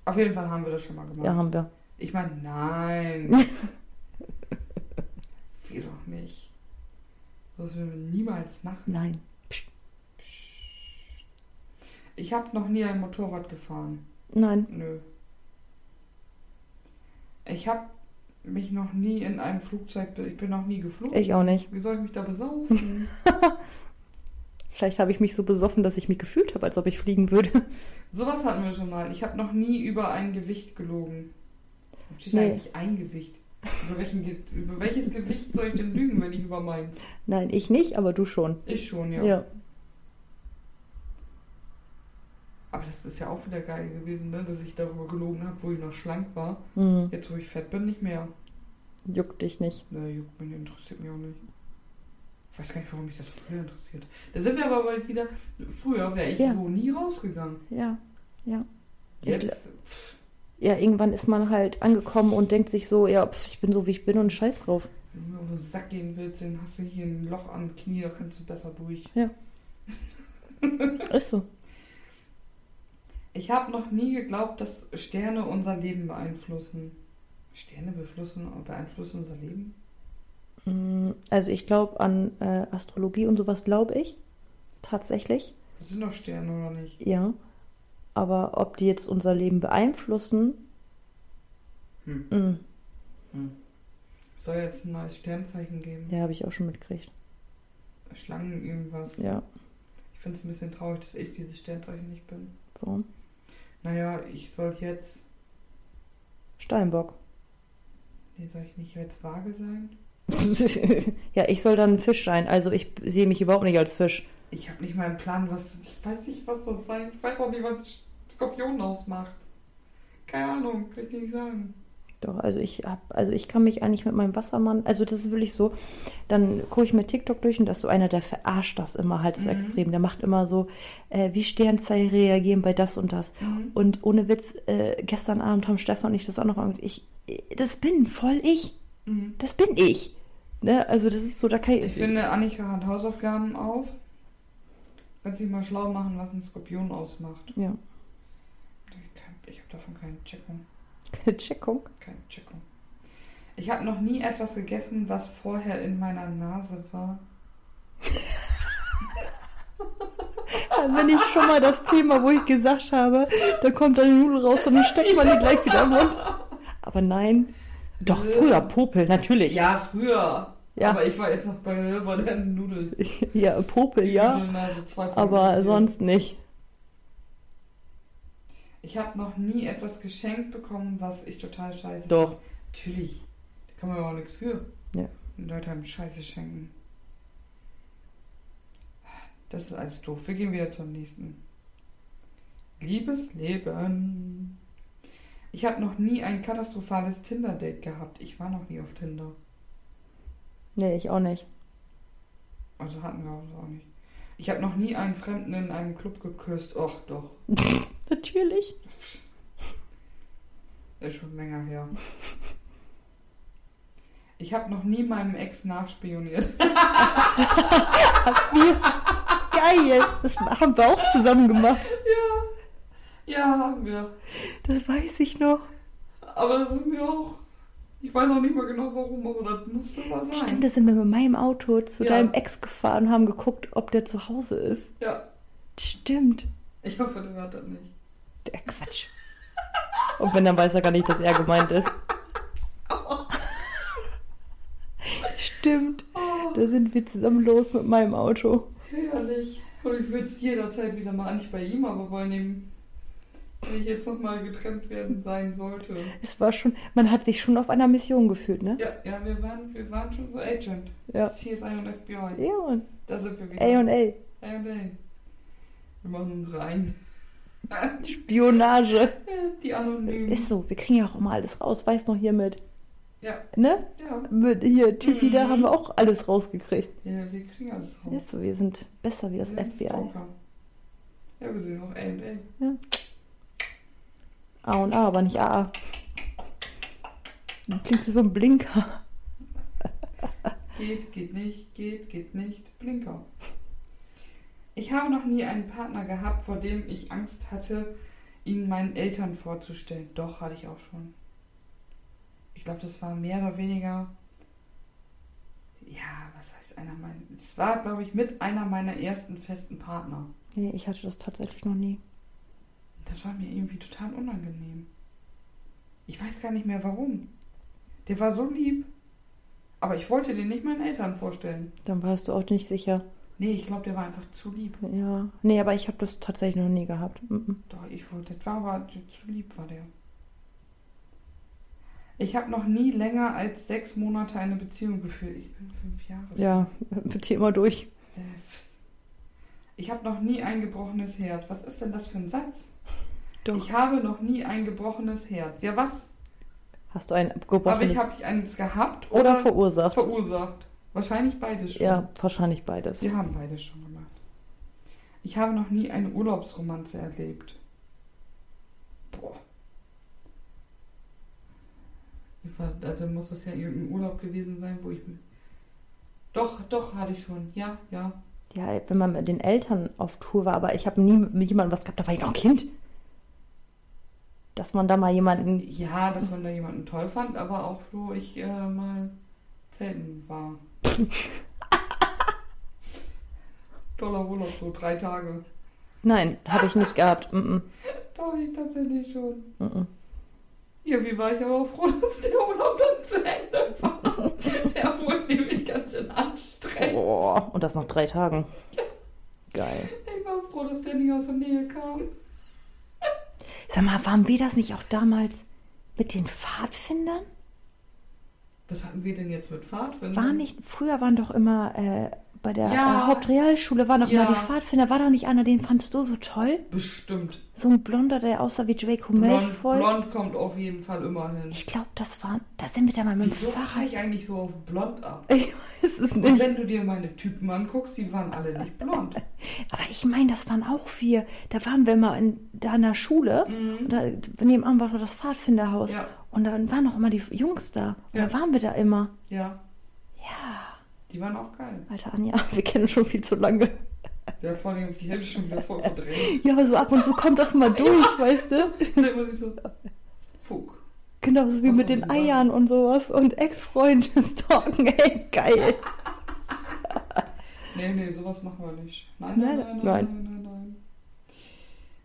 B: Auf jeden Fall haben wir das schon mal gemacht.
A: Ja, haben wir.
B: Ich meine,
A: (laughs)
B: nein. wir doch nicht. Das würden wir niemals machen.
A: Nein.
B: Ich habe noch nie ein Motorrad gefahren.
A: Nein.
B: Nö. Ich habe mich noch nie in einem Flugzeug... be- Ich bin noch nie geflogen.
A: Ich auch nicht.
B: Wie soll ich mich da besaufen?
A: Vielleicht habe ich mich so besoffen, dass ich mich gefühlt habe, als ob ich fliegen würde. (laughs)
B: Sowas hatten wir schon mal. Ich habe noch nie über ein Gewicht gelogen. Warum Steht
A: Nee.
B: eigentlich ein Gewicht. Über, welchen, Ge- über welches Gewicht soll ich denn lügen, wenn ich über meins?
A: Nein, ich nicht, aber du schon.
B: Ich schon, ja.
A: Ja.
B: Aber das ist ja auch wieder geil gewesen, ne? dass ich darüber gelogen habe, wo ich noch schlank war.
A: Hm,
B: Jetzt, wo ich fett bin, nicht mehr.
A: Juckt dich nicht.
B: Na, juckt mich, interessiert mich auch nicht. Ich weiß gar nicht, warum mich das früher interessiert. Da sind wir aber bald wieder. Früher wäre ich
A: Ja.
B: so nie rausgegangen.
A: Ja. Ich
B: Jetzt, pff,
A: Ja, irgendwann ist man halt angekommen und denkt sich so, ja, pf, ich bin so wie ich bin und scheiß drauf.
B: wenn du auf den Sack gehen willst, dann hast du hier ein Loch am Knie, da kannst du besser durch.
A: Ist so.
B: Ich habe noch nie geglaubt, dass Sterne unser Leben beeinflussen. Sterne beflussen, beeinflussen unser Leben?
A: Mm, Also ich glaube an äh, Astrologie und sowas glaube ich. Tatsächlich.
B: Das sind doch Sterne, oder nicht?
A: Ja. Aber ob die jetzt unser Leben beeinflussen,
B: Hm.
A: mm,
B: Es soll jetzt ein neues Sternzeichen geben.
A: ja, habe ich auch schon mitgekriegt.
B: Schlangen, irgendwas.
A: Ja.
B: Ich finde es ein bisschen traurig, dass ich dieses Sternzeichen nicht bin.
A: Warum?
B: Naja, ich soll jetzt.
A: Steinbock. (laughs)
B: Nee, soll ich nicht jetzt Waage sein?
A: ja, ich soll dann ein Fisch sein. Also ich sehe mich überhaupt nicht als Fisch.
B: Ich habe nicht mal einen Plan, was. Ich weiß nicht, was das sein. Ich weiß auch nicht, was Skorpion ausmacht. Keine Ahnung, kann ich dir nicht sagen.
A: Doch, also ich hab, also ich kann mich eigentlich mit meinem Wassermann, also das ist wirklich so, dann gucke ich mir TikTok durch und das ist so einer, der verarscht das immer halt so
B: Mhm.
A: extrem. Der macht immer so, äh, wie Sternzeichen reagieren bei das und das.
B: Mhm.
A: Und ohne Witz, äh, gestern Abend haben Stefan und ich das auch noch angeguckt. Ich, das bin voll ich.
B: Mhm.
A: Das bin ich. Ne? Also das ist so, da kann ich.
B: Ich finde, Annika hat Hausaufgaben auf. Kannst dich mal schlau machen, was ein Skorpion ausmacht.
A: ja, (laughs)
B: Ich kann- Ich habe davon keine Checkung.
A: keine Checkung.
B: Keine Checkung. Ich habe noch nie etwas gegessen, was vorher in meiner Nase war.
A: dann bin Äh, ich schon mal das Thema, wo ich gesagt habe, da kommt eine Nudel raus und dann steckt man die gleich wieder im Mund. Aber nein. Doch, früher Popel, natürlich.
B: Äh. Ja, früher.
A: Ja.
B: Aber ich war jetzt noch bei, bei der Nudel.
A: (laughs) Ja, Popel, ja.
B: Nudelnase 2.0.
A: Aber sonst nicht.
B: Ich habe noch nie etwas geschenkt bekommen, was ich total scheiße
A: Doch.
B: Natürlich. Da kann man ja auch nichts für.
A: Ja.
B: Und Leute haben Scheiße schenken. Das ist alles doof. Wir gehen wieder zum nächsten. Liebes Leben. Ich habe noch nie ein katastrophales Tinder-Date gehabt. Ich war noch nie auf Tinder.
A: Nee, ich auch nicht.
B: Also hatten wir uns auch nicht. Ich habe noch nie einen Fremden in einem Club geküsst. Och, doch.
A: Natürlich.
B: Ist schon länger her. Ich habe noch nie meinem Ex nachspioniert. (laughs)
A: Geil. Das haben wir auch zusammen gemacht.
B: Ja, haben wir.
A: Das weiß ich noch.
B: Aber das ist mir auch. Ich weiß auch nicht mal genau warum, aber das musste mal sein.
A: Stimmt, da sind wir mit meinem Auto zu
B: Ja.
A: deinem Ex gefahren und haben geguckt, ob der zu Hause ist.
B: Ja,
A: Stimmt.
B: ich hoffe, der hört das nicht.
A: Der Quatsch. Und wenn, dann weiß er gar nicht, dass er gemeint ist. Stimmt.
B: Oh,
A: Da sind wir zusammen los mit meinem Auto.
B: herrlich. Und ich würde es jederzeit wieder mal, nicht bei ihm, aber bei dem, wenn ich jetzt nochmal getrennt werden sein sollte.
A: Es war schon, man hat sich schon auf einer Mission gefühlt, ne?
B: Ja, ja, wir waren, wir waren schon so Agent.
A: Ja.
B: CSI und FBI.
A: Ja, Mann.
B: Da sind wir wieder.
A: E A und A.
B: Ey und ey. Wir machen unsere ein. (laughs)
A: Spionage.
B: Die Anonymen.
A: Ist so, wir kriegen ja auch immer alles raus. Weiß noch hier mit,
B: Ja,
A: ne?
B: ja.
A: Mit hier, Typi, da
B: Mhm.
A: haben wir auch alles rausgekriegt.
B: Ja, wir kriegen alles raus.
A: Ist so, wir sind besser wie das
B: Wir sind
A: FBI.
B: Stalker. Ja, wir sind auch ey und ey.
A: A und A, aber nicht AA. Du klingst wie so ein Blinker.
B: Geht, geht nicht, geht, geht nicht. Blinker. Ich habe noch nie einen Partner gehabt, vor dem ich Angst hatte, ihn meinen Eltern vorzustellen. Doch, hatte ich auch schon. Ich glaube, das war mehr oder weniger. Ja, was heißt einer meiner. Es war, glaube ich, mit einer meiner ersten festen Partner.
A: Nee, ich hatte das tatsächlich noch nie.
B: Das war mir irgendwie total unangenehm. Ich weiß gar nicht mehr warum. Der war so lieb. Aber ich wollte den nicht meinen Eltern vorstellen.
A: Dann warst du auch nicht sicher.
B: Nee, ich glaube, der war einfach zu lieb.
A: Ja. Nee, aber ich habe das tatsächlich noch nie gehabt. Mhm.
B: Doch, ich wollte, das war aber zu lieb war der. Ich habe noch nie länger als sechs Monate eine Beziehung geführt. Ich bin fünf Jahre.
A: Ja, (laughs) wird hier immer durch.
B: Äh, Ich habe noch nie ein gebrochenes Herz. Was ist denn das für ein Satz?
A: Doch.
B: Ich habe noch nie ein gebrochenes Herz. Ja, was?
A: Hast du ein
B: Aber
A: gebrochenes
B: ich habe ich eins gehabt
A: oder
B: oder,
A: verursacht?
B: verursacht. Wahrscheinlich beides schon.
A: Ja, wahrscheinlich beides.
B: Wir haben beides schon gemacht. Ich habe noch nie eine Urlaubsromanze erlebt. Boah. Ich war- Da muss das ja irgendein Urlaub gewesen sein, wo ich. mich- Doch, doch, hatte ich schon. Ja, ja.
A: Ja, wenn man mit den Eltern auf Tour war, aber ich habe nie mit jemandem was gehabt, da war ich noch ein Kind. Dass man da mal jemanden.
B: Ja, dass man da jemanden toll fand, aber auch, wo ich äh, mal zelten war. Toller Urlaub, so drei Tage.
A: Nein, habe ich nicht gehabt. Mm
B: Doch, ich tatsächlich schon.
A: -mm, mm -mm.
B: Irgendwie war ich aber auch froh, (laughs) dass der Urlaub dann zu Ende war. Der wurde nämlich ganz schön anstrengend.
A: Boah, Oh, und das nach drei Tagen. Geil.
B: Ich war froh, dass der nicht aus der Nähe kam.
A: Sag mal, waren wir das nicht auch damals mit den Pfadfindern?
B: Was hatten wir denn jetzt mit Fahrtwind?
A: War nicht, früher waren doch immer äh, bei der
B: Mhm. Ja.
A: äh, Hauptrealschule waren doch
B: Ja.
A: mal die Pfadfinder. War doch nicht einer, den fandst du so toll?
B: Bestimmt.
A: So ein Blonder, der aussah wie Draco
B: Blond,
A: Malfoy.
B: Blond kommt auf jeden Fall immer hin.
A: Ich glaube, das waren, da sind wir da mal mit dem
B: Wieso
A: Fahrrad.
B: fahre ich eigentlich so auf Blond ab?
A: (laughs) Ich weiß es
B: Und
A: nicht.
B: wenn du dir meine Typen anguckst, die waren alle nicht
A: (laughs)
B: blond.
A: Aber ich meine, das waren auch wir. Da waren wir mal in deiner Schule. Und da, nebenan war doch das Pfadfinderhaus.
B: Mhm. Ja.
A: Und dann waren noch immer die Jungs da. Und
B: Ja.
A: da waren wir da immer.
B: Ja,
A: Ja,
B: die waren auch geil.
A: alter Anja, (laughs) wir kennen uns schon viel zu lange.
B: Ja, vor allem, die hätte ich schon wieder voll
A: (laughs)
B: verdreht.
A: Ja, aber so ab und zu kommt das
B: (laughs)
A: mal durch, weißt du?
B: Ich immer so, fuck.
A: Genau, so wie
B: Ach,
A: mit
B: so
A: den
B: wie
A: Eiern und sowas. Und Ex-Freund (laughs) stalken, ey, geil.
B: Nee, nee, sowas machen wir nicht. Nein,
A: Nein,
B: nein, nein, nein, nein,
A: nein.
B: nein, nein, nein.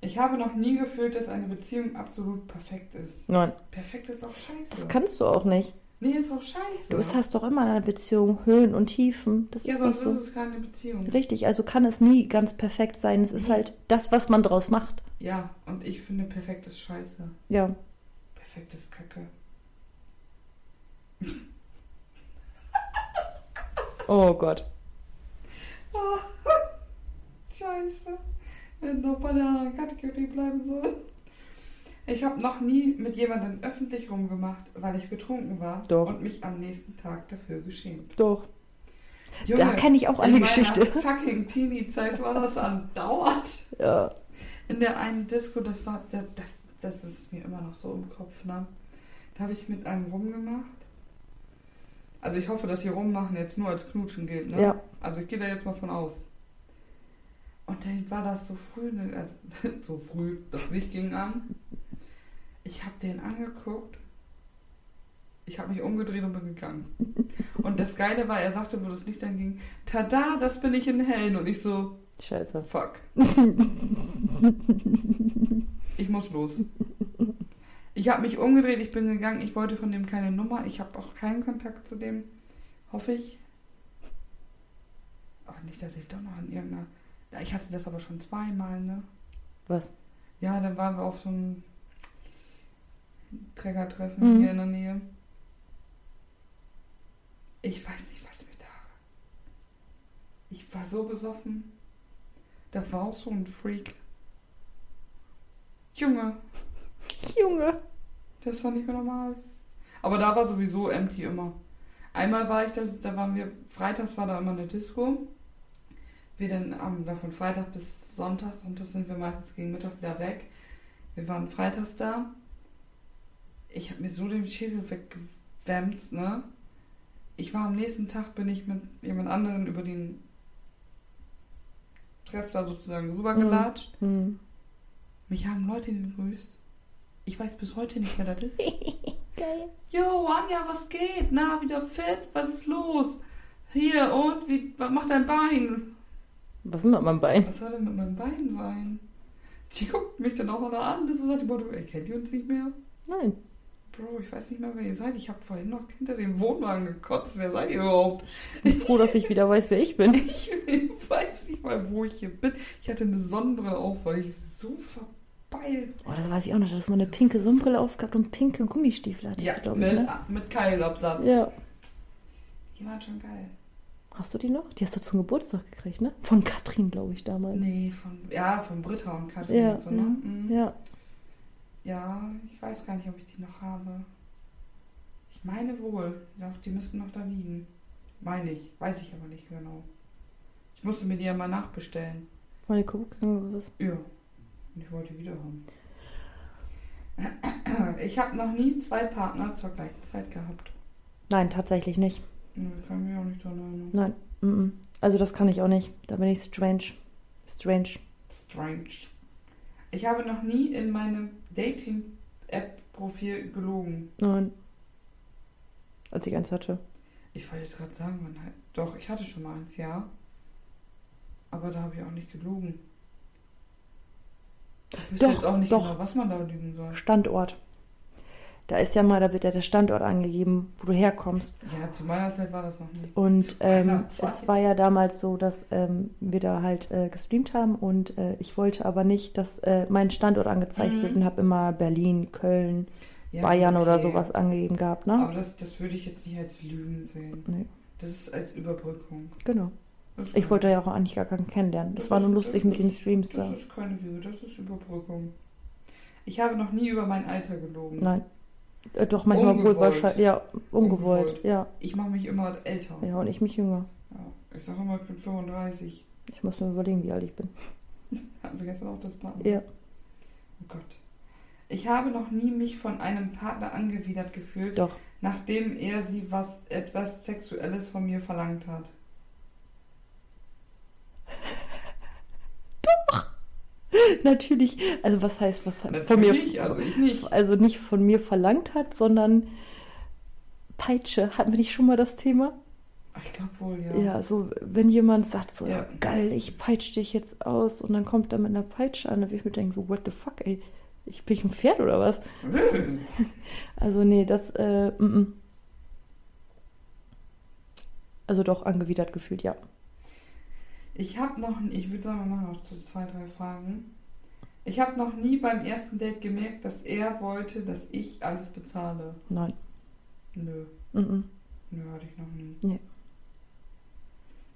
B: Ich habe noch nie gefühlt, dass eine Beziehung absolut perfekt ist.
A: Nein,
B: Perfekt ist auch scheiße.
A: das kannst du auch nicht.
B: nee, ist auch scheiße.
A: Du hast doch immer in einer Beziehung Höhen und Tiefen. Das
B: ja,
A: ist doch
B: sonst
A: halt so.
B: ist es keine Beziehung.
A: Richtig, also kann es nie ganz perfekt sein. Es ist halt das, was man draus macht.
B: Ja, und ich finde perfekt ist scheiße.
A: Ja.
B: Perfekt ist kacke. (laughs)
A: Oh Gott.
B: Ah, scheiße. Wenn noch bei der anderen Kategorie bleiben soll. Ich habe noch nie mit jemandem öffentlich rumgemacht, weil ich betrunken war
A: Doch.
B: und mich am nächsten Tag dafür geschämt.
A: Doch.
B: Junge,
A: da kenne ich auch eine
B: in
A: Geschichte.
B: meiner (laughs) fucking Teenie-Zeit war das andauernd.
A: Ja.
B: In der einen Disco, das war, das, das, das ist mir immer noch so im Kopf, ne? Da habe ich mit einem rumgemacht. Also ich hoffe, dass hier rummachen jetzt nur als Knutschen gilt, ne?
A: Ja.
B: Also ich gehe da jetzt mal von aus. Und dann war das so früh, ne? also (laughs) so früh, das Licht ging an. Ich habe den angeguckt. Ich habe mich umgedreht und bin gegangen. Und das Geile war, er sagte, wo das Licht anging, tada, das bin ich in Hellen. Und ich so,
A: Scheiße.
B: Fuck. ich muss los. Ich habe mich umgedreht, ich bin gegangen, ich wollte von dem keine Nummer, ich habe auch keinen Kontakt zu dem, hoffe ich. Aber nicht, dass ich doch noch in irgendeiner. Ja, Ich hatte das aber schon zweimal, ne?
A: Was?
B: Ja, dann waren wir auf so einem Trägertreffen
A: Mhm.
B: hier in der Nähe. Ich weiß nicht, was mir da. Ich war so besoffen. Da war auch so ein Freak. Junge,
A: Junge.
B: das war nicht mehr normal. Aber da war sowieso empty immer. Einmal war ich da, da waren wir, freitags war da immer eine Disco. Wir dann haben wir von Freitag bis Sonntag, Sonntag sind wir meistens gegen Mittag wieder weg. Wir waren freitags da. Ich habe mir so den Schädel weggewämst, ne? Ich war am nächsten Tag, bin ich mit jemand anderen über den Treff da sozusagen rübergelatscht.
A: Hm.
B: Mich haben Leute gegrüßt. Ich weiß bis heute nicht, wer das ist.
A: Geil.
B: Jo, Anja, was geht? Na, wieder fit? Was ist los? Hier, und? Wie, was macht dein Bein?
A: Was ist mit meinem Bein?
B: Was soll denn mit meinem Bein sein? Die guckt mich dann auch alle an. Das ist so die Motto, ey, kennt ihr uns nicht mehr?
A: Nein.
B: Bro, ich weiß nicht mehr, wer ihr seid. Ich habe vorhin noch hinter dem Wohnwagen gekotzt. Wer seid ihr überhaupt?
A: Ich
B: (laughs)
A: bin froh, dass ich wieder weiß, wer ich bin. (laughs)
B: Ich weiß nicht mal, wo ich hier bin. Ich hatte eine Sonnenbrille auf, weil ich so verbeilt
A: Oh, das weiß ich auch noch. Da hast du mal eine pinke Sonnenbrille aufgehabt und pinke Gummistiefel hattest du, glaube ich,
B: mit,
A: ne?
B: mit Keilabsatz.
A: Ja.
B: Die waren schon geil.
A: Hast du die noch? Die hast du zum Geburtstag gekriegt, ne? Von Katrin, glaube ich, damals.
B: Nee, von, ja, von Britta und Katrin.
A: Ja,
B: und so, ne?
A: ja,
B: Mhm.
A: Ja.
B: ja, ich weiß gar nicht, ob ich die noch habe. Ich meine wohl. Doch, die müssten noch da liegen. Meine ich. Weiß ich aber nicht genau. Ich musste mir die ja mal nachbestellen.
A: Meine Kuckuckskugel oder was?
B: Ja. Und ich wollte die wieder haben. (clears throat) Ich habe noch nie zwei Partner zur gleichen Zeit gehabt.
A: Nein, tatsächlich nicht.
B: Nö, kann mich auch nicht dran erinnern.
A: Nein. mhm. Also das kann ich auch nicht. Da bin ich strange. Strange.
B: Strange. Ich habe noch nie in meinem Dating-App-Profil gelogen.
A: Nein. Als ich eins hatte.
B: Ich wollte jetzt gerade sagen, wann halt. Doch, ich hatte schon mal eins, ja. Aber da habe ich auch nicht gelogen. Ich wüsste
A: Doch,
B: jetzt auch nicht
A: doch.
B: genau, was man da lügen soll.
A: Standort. Da ist ja mal, da wird ja der Standort angegeben, wo du herkommst.
B: Ja, zu meiner Zeit war das noch nicht.
A: Und
B: Zu
A: ähm,
B: meiner Zeit.
A: es war ja damals so, dass ähm, wir da halt äh, gestreamt haben und äh, ich wollte aber nicht, dass äh, mein Standort angezeigt
B: Mhm.
A: wird und habe immer Berlin, Köln,
B: Ja,
A: Bayern oder
B: okay. Ah.
A: sowas angegeben gehabt, ne?
B: Aber das, das würde ich jetzt nicht als Lügen sehen.
A: nee,
B: Das ist als Überbrückung.
A: genau.
B: Das
A: Ich
B: ist-
A: wollte ja auch eigentlich gar keinen kennenlernen. Das,
B: Das
A: war
B: ist-
A: nur lustig mit den Streams
B: Das
A: da.
B: ist keine Lüge, das ist Überbrückung. Ich habe noch nie über mein Alter gelogen.
A: Nein. Äh, doch, manchmal wohl
B: Ungewollt.
A: wahrscheinlich. Ja, ungewollt.
B: Ungewollt.
A: Ja.
B: Ich mache mich immer älter.
A: ja, und ich mich jünger.
B: Ja. Ich sage immer, ich bin 35.
A: Ich muss mir überlegen, wie alt ich bin.
B: Hatten wir gestern auch das Plan.
A: Ja.
B: Oh Gott. Ich habe noch nie mich von einem Partner angewidert gefühlt,
A: Doch,
B: nachdem er sie was etwas Sexuelles von mir verlangt hat.
A: (laughs) natürlich. Also was heißt, was von mir?
B: Natürlich, also ich nicht.
A: Also nicht von mir verlangt hat, sondern Peitsche. Hatten wir nicht schon mal das Thema?
B: Ich glaube wohl, ja.
A: Ja, so, wenn jemand sagt so,
B: Ja.
A: ja. geil, ich peitsche dich jetzt aus und dann kommt er mit einer Peitsche an, dann will ich mir denken, so, what the fuck, ey, ich bin ich ein Pferd oder was? Also, nee, das, äh, mm, mm. Also doch angewidert gefühlt, ja.
B: (laughs) Ich habe noch, ich würde sagen, wir machen noch zu zwei, drei Fragen. Ich habe noch nie beim ersten Date gemerkt, dass er wollte, dass ich alles bezahle.
A: Nein.
B: Nö,
A: Mm, mm.
B: nö, hatte ich noch nie.
A: Nee.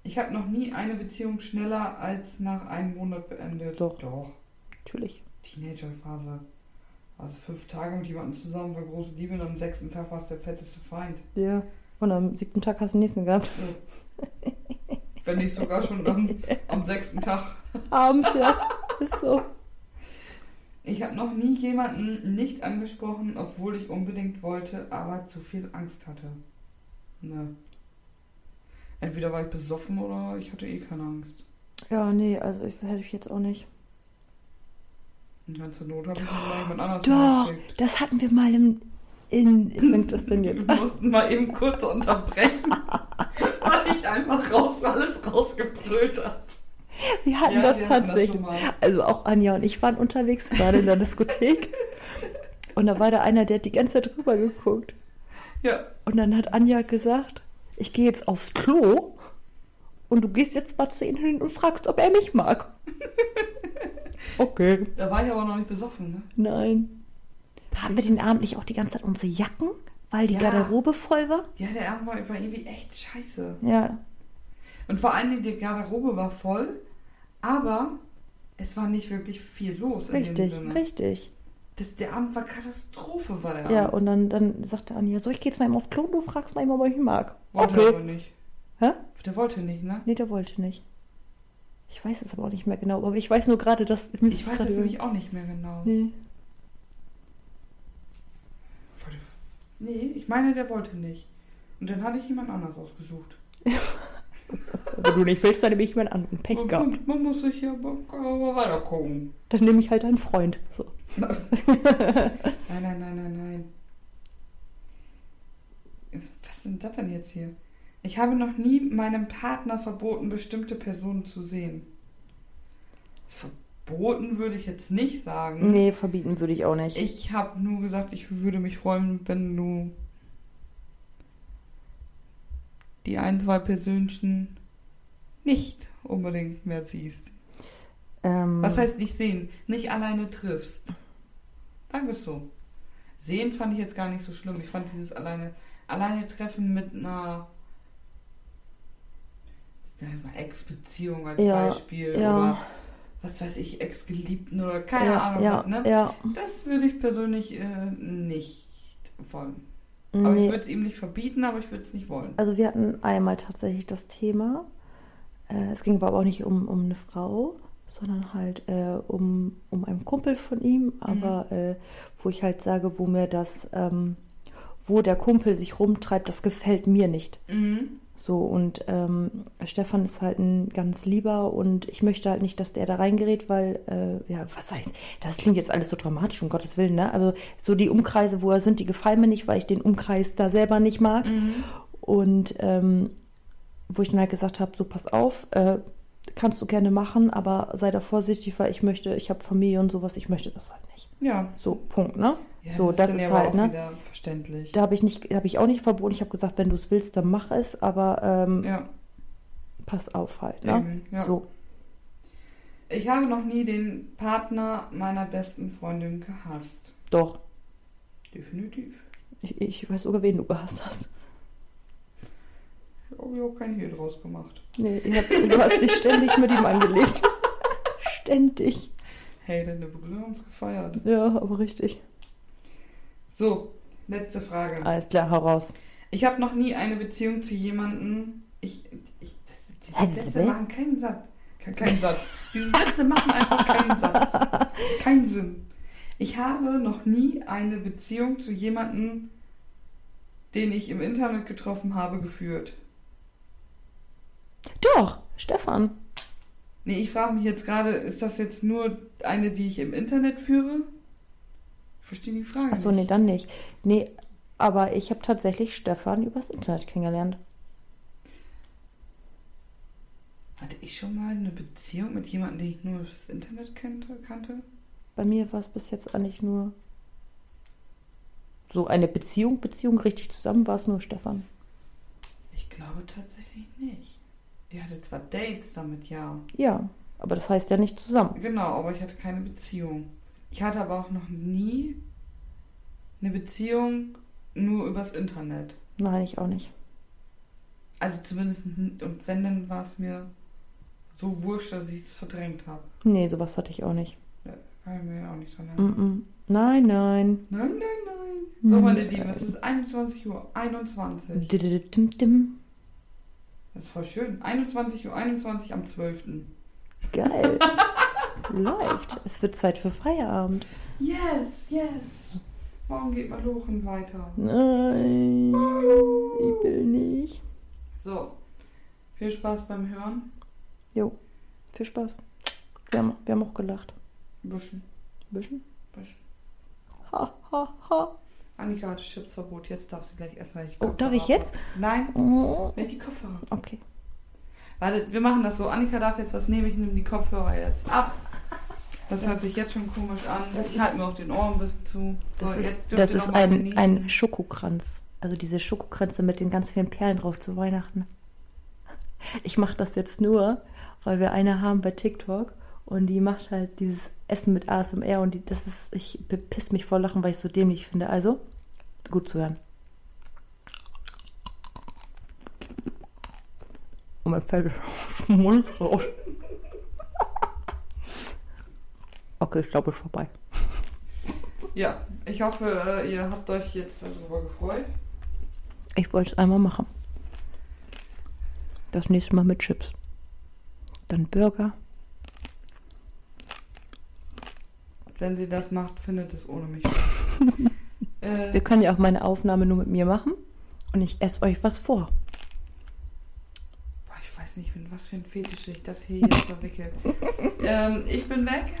B: Ich habe noch nie eine Beziehung schneller als nach einem Monat beendet.
A: Doch.
B: Doch.
A: Natürlich.
B: Teenagerphase. Also fünf Tage mit jemandem zusammen war große Liebe und am sechsten Tag war es der fetteste Feind.
A: Ja. Und am siebten Tag hast du den nächsten gehabt. (laughs)
B: Wenn nicht sogar schon am, am sechsten Tag.
A: Abends, ja. Ist so.
B: Ich habe noch nie jemanden nicht angesprochen, obwohl ich unbedingt wollte, aber zu viel Angst hatte. Ne. Entweder war ich besoffen oder ich hatte eh keine Angst.
A: Ja, nee, also ich, hätte ich jetzt auch nicht.
B: Und ganz zur Not habe ich mal jemand anders
A: Doch,
B: hingeschickt.
A: das hatten wir mal im. In, ich find das denn (laughs) jetzt.
B: Wir mussten mal eben kurz
A: (laughs)
B: unterbrechen, weil ich einfach raus alles rausgebrüllt habe.
A: Wir hatten
B: Ja,
A: das
B: wir hatten das
A: tatsächlich.
B: schon mal.
A: also auch Anja und ich waren unterwegs, wir waren in (laughs) der Diskothek. und da war da einer, der hat die ganze Zeit drüber geguckt.
B: Ja,
A: Und dann hat Anja gesagt, ich gehe jetzt aufs Klo und du gehst jetzt mal zu ihm hin und fragst, ob er mich (laughs) mag. okay.
B: da war ich aber noch nicht besoffen, ne?
A: Nein. Haben wir den Abend nicht auch die ganze Zeit unsere Jacken, weil die
B: Ja.
A: Garderobe voll war?
B: Ja, der Abend war war irgendwie echt scheiße.
A: Ja.
B: Und vor allen Dingen die Garderobe war voll, aber es war nicht wirklich viel los in dem
A: Richtig,
B: Sinne.
A: richtig.
B: Das, der Abend war Katastrophe, war der
A: Ja,
B: Abend.
A: und dann, dann sagte Anja, so, ich gehe jetzt mal eben auf Klo und du fragst mal immer, ob ich ihn mag.
B: Wollte
A: okay.
B: aber nicht.
A: Hä?
B: Der wollte nicht, ne?
A: Nee, der wollte nicht. Ich weiß es aber auch nicht mehr genau, aber ich weiß nur gerade, dass. mir ist
B: Ich weiß das
A: gerade
B: nämlich auch nicht mehr genau. Nee.
A: Nee.
B: nee, ich meine, der wollte nicht. Und dann hatte ich jemand anders ausgesucht.
A: Wenn du nicht willst, dann nehme ich jemand anderen. Pech
B: Man-
A: gehabt.
B: Man, man muss sich ja aber aber weiter gucken.
A: Dann nehme ich halt einen Freund. So.
B: Nein, nein, nein, nein, nein. Was sind das denn jetzt hier? Ich habe noch nie meinem Partner verboten, bestimmte Personen zu sehen. Verboten würde ich jetzt nicht sagen.
A: Nee, verbieten würde ich auch nicht.
B: Mhm. Ich habe nur gesagt, ich würde mich freuen, wenn du die ein, zwei Persönchen nicht unbedingt mehr siehst.
A: ähm,
B: Was heißt nicht sehen? Nicht alleine triffst. Danke so. Sehen fand ich jetzt gar nicht so schlimm. Ich fand dieses alleine, alleine Treffen mit einer ich sag jetzt mal, Ex-Beziehung als
A: Ja,
B: Beispiel
A: ja.
B: oder was weiß ich, Ex-Geliebten oder keine
A: ja,
B: Ahnung
A: ja,
B: was, ne?
A: ja.
B: Das würde ich persönlich äh, nicht wollen. Aber ich
A: Nee.
B: würde es ihm nicht verbieten, aber ich würde es nicht wollen.
A: Also wir hatten einmal tatsächlich das Thema. Äh, es ging aber auch nicht um, um eine Frau, sondern halt äh, um, um einen Kumpel von ihm, aber äh, wo ich halt sage, wo mir das, ähm, wo der Kumpel sich rumtreibt, das gefällt mir nicht.
B: Mhm.
A: So, und ähm, Stefan ist halt ein ganz lieber und ich möchte halt nicht, dass der da reingerät, weil, äh, ja, was heißt, das klingt jetzt alles so dramatisch, um Gottes Willen, ne? Also, so die Umkreise, wo er sind, die gefallen mir nicht, weil ich den Umkreis da selber nicht mag.
B: Mhm.
A: Und ähm, wo ich dann halt gesagt habe, so pass auf, äh, kannst du gerne machen, aber sei da vorsichtig, weil ich möchte, ich habe Familie und sowas, ich möchte das halt nicht.
B: Ja.
A: So, Punkt, ne?
B: ja.
A: so, das,
B: finde ich
A: ist
B: aber
A: halt,
B: auch
A: ne?
B: wieder verständlich.
A: Da habe ich nicht, habe ich auch nicht verboten. Ich habe gesagt, wenn du es willst, dann mach es, aber ähm,
B: ja,
A: pass auf halt, ne?
B: eben, ja.
A: So.
B: Ich habe noch nie den Partner meiner besten Freundin gehasst.
A: Doch.
B: Definitiv.
A: Ich, ich weiß sogar, wen du gehasst hast.
B: Ich habe ja auch kein Hehl draus gemacht.
A: Nee, ihr habt, du hast dich ständig mit ihm
B: (laughs)
A: angelegt. Ständig.
B: Hey, deine Brüder haben es gefeiert.
A: Ja, aber richtig.
B: So, letzte Frage.
A: Alles klar, hau raus.
B: Ich habe noch nie eine Beziehung zu jemandem. Ich, ich,
A: Hä,
B: diese Sätze
A: wer?
B: machen keinen Satz. Kein, keinen Satz. Diese Sätze machen einfach keinen Satz. Keinen Sinn. Ich habe noch nie eine Beziehung zu jemandem, den ich im Internet getroffen habe, geführt.
A: Doch, Stefan.
B: Nee, ich frage mich jetzt gerade, ist das jetzt nur eine, die ich im Internet führe? Ich verstehe die Frage
A: Achso, nee,
B: nicht.
A: dann nicht. Nee, aber ich habe tatsächlich Stefan übers Internet kennengelernt.
B: Hatte ich schon mal eine Beziehung mit jemandem, den ich nur das Internet kannte? kannte?
A: Bei mir war es bis jetzt eigentlich nur so eine Beziehung, Beziehung, richtig zusammen war es nur Stefan.
B: Ich glaube tatsächlich nicht. Ich hatte zwar Dates damit, ja.
A: Ja, aber das heißt ja nicht zusammen.
B: Genau, aber ich hatte keine Beziehung. Ich hatte aber auch noch nie eine Beziehung nur übers Internet.
A: Nein, ich auch nicht.
B: Also zumindest, n- und wenn, dann war es mir so wurscht, dass ich es verdrängt habe.
A: Nee, sowas hatte ich auch nicht.
B: Kann ich mir ja auch nicht dran erinnern.
A: Mm-mm. Nein, nein.
B: Nein, nein, nein. So, meine
A: Nein.
B: Lieben, es ist 21.21 Uhr. 21.
A: Dim-dim-dim.
B: Das ist voll schön. 21.21 Uhr 21 am 12.
A: Geil. Läuft. Es wird Zeit für Feierabend.
B: Yes, yes. Morgen geht Malochen weiter.
A: Nein. Ich will nicht.
B: So, viel Spaß beim Hören.
A: Jo. Viel Spaß. Wir haben, wir haben auch gelacht.
B: Büschen,
A: Ein bisschen.
B: büschen.
A: Ha, ha, ha.
B: Annika hatte Chipsverbot. Jetzt darf sie gleich essen, weil ich
A: Oh,
B: Kopfhörer
A: darf ich
B: habe.
A: jetzt?
B: Nein,
A: Oh,
B: wenn ich die Kopfhörer.
A: Okay.
B: Warte, wir machen das so. Annika darf jetzt was nehmen. Ich nehme die Kopfhörer jetzt ab. Das hört sich jetzt schon komisch an. Ich halte mir auch den Ohren ein bisschen zu.
A: Das
B: so,
A: ist,
B: jetzt dürft
A: das
B: ihr
A: ist
B: noch mal
A: ein,
B: genießen.
A: ein Schokokranz. Also diese Schokokränze mit den ganz vielen Perlen drauf zu Weihnachten. (laughs) Ich mache das jetzt nur, weil wir eine haben bei TikTok und die macht halt dieses Essen mit ASMR und die, das ist, ich bepiss mich vor Lachen, weil ich es so dämlich finde. Also, gut zuhören. Und mein Fell (laughs) Mund raus. Okay, ich glaube, es ist vorbei.
B: Ja, ich hoffe, äh, ihr habt euch jetzt darüber gefreut.
A: Ich wollte es einmal machen. Das nächste Mal mit Chips. Dann Burger.
B: Wenn sie das macht, findet es ohne mich. äh,
A: Wir können ja auch meine Aufnahme nur mit mir machen. Und ich esse euch was vor.
B: boah, ich weiß nicht, mit was für ein Fetisch ich das hier jetzt verwickelt. ähm, ich bin weg.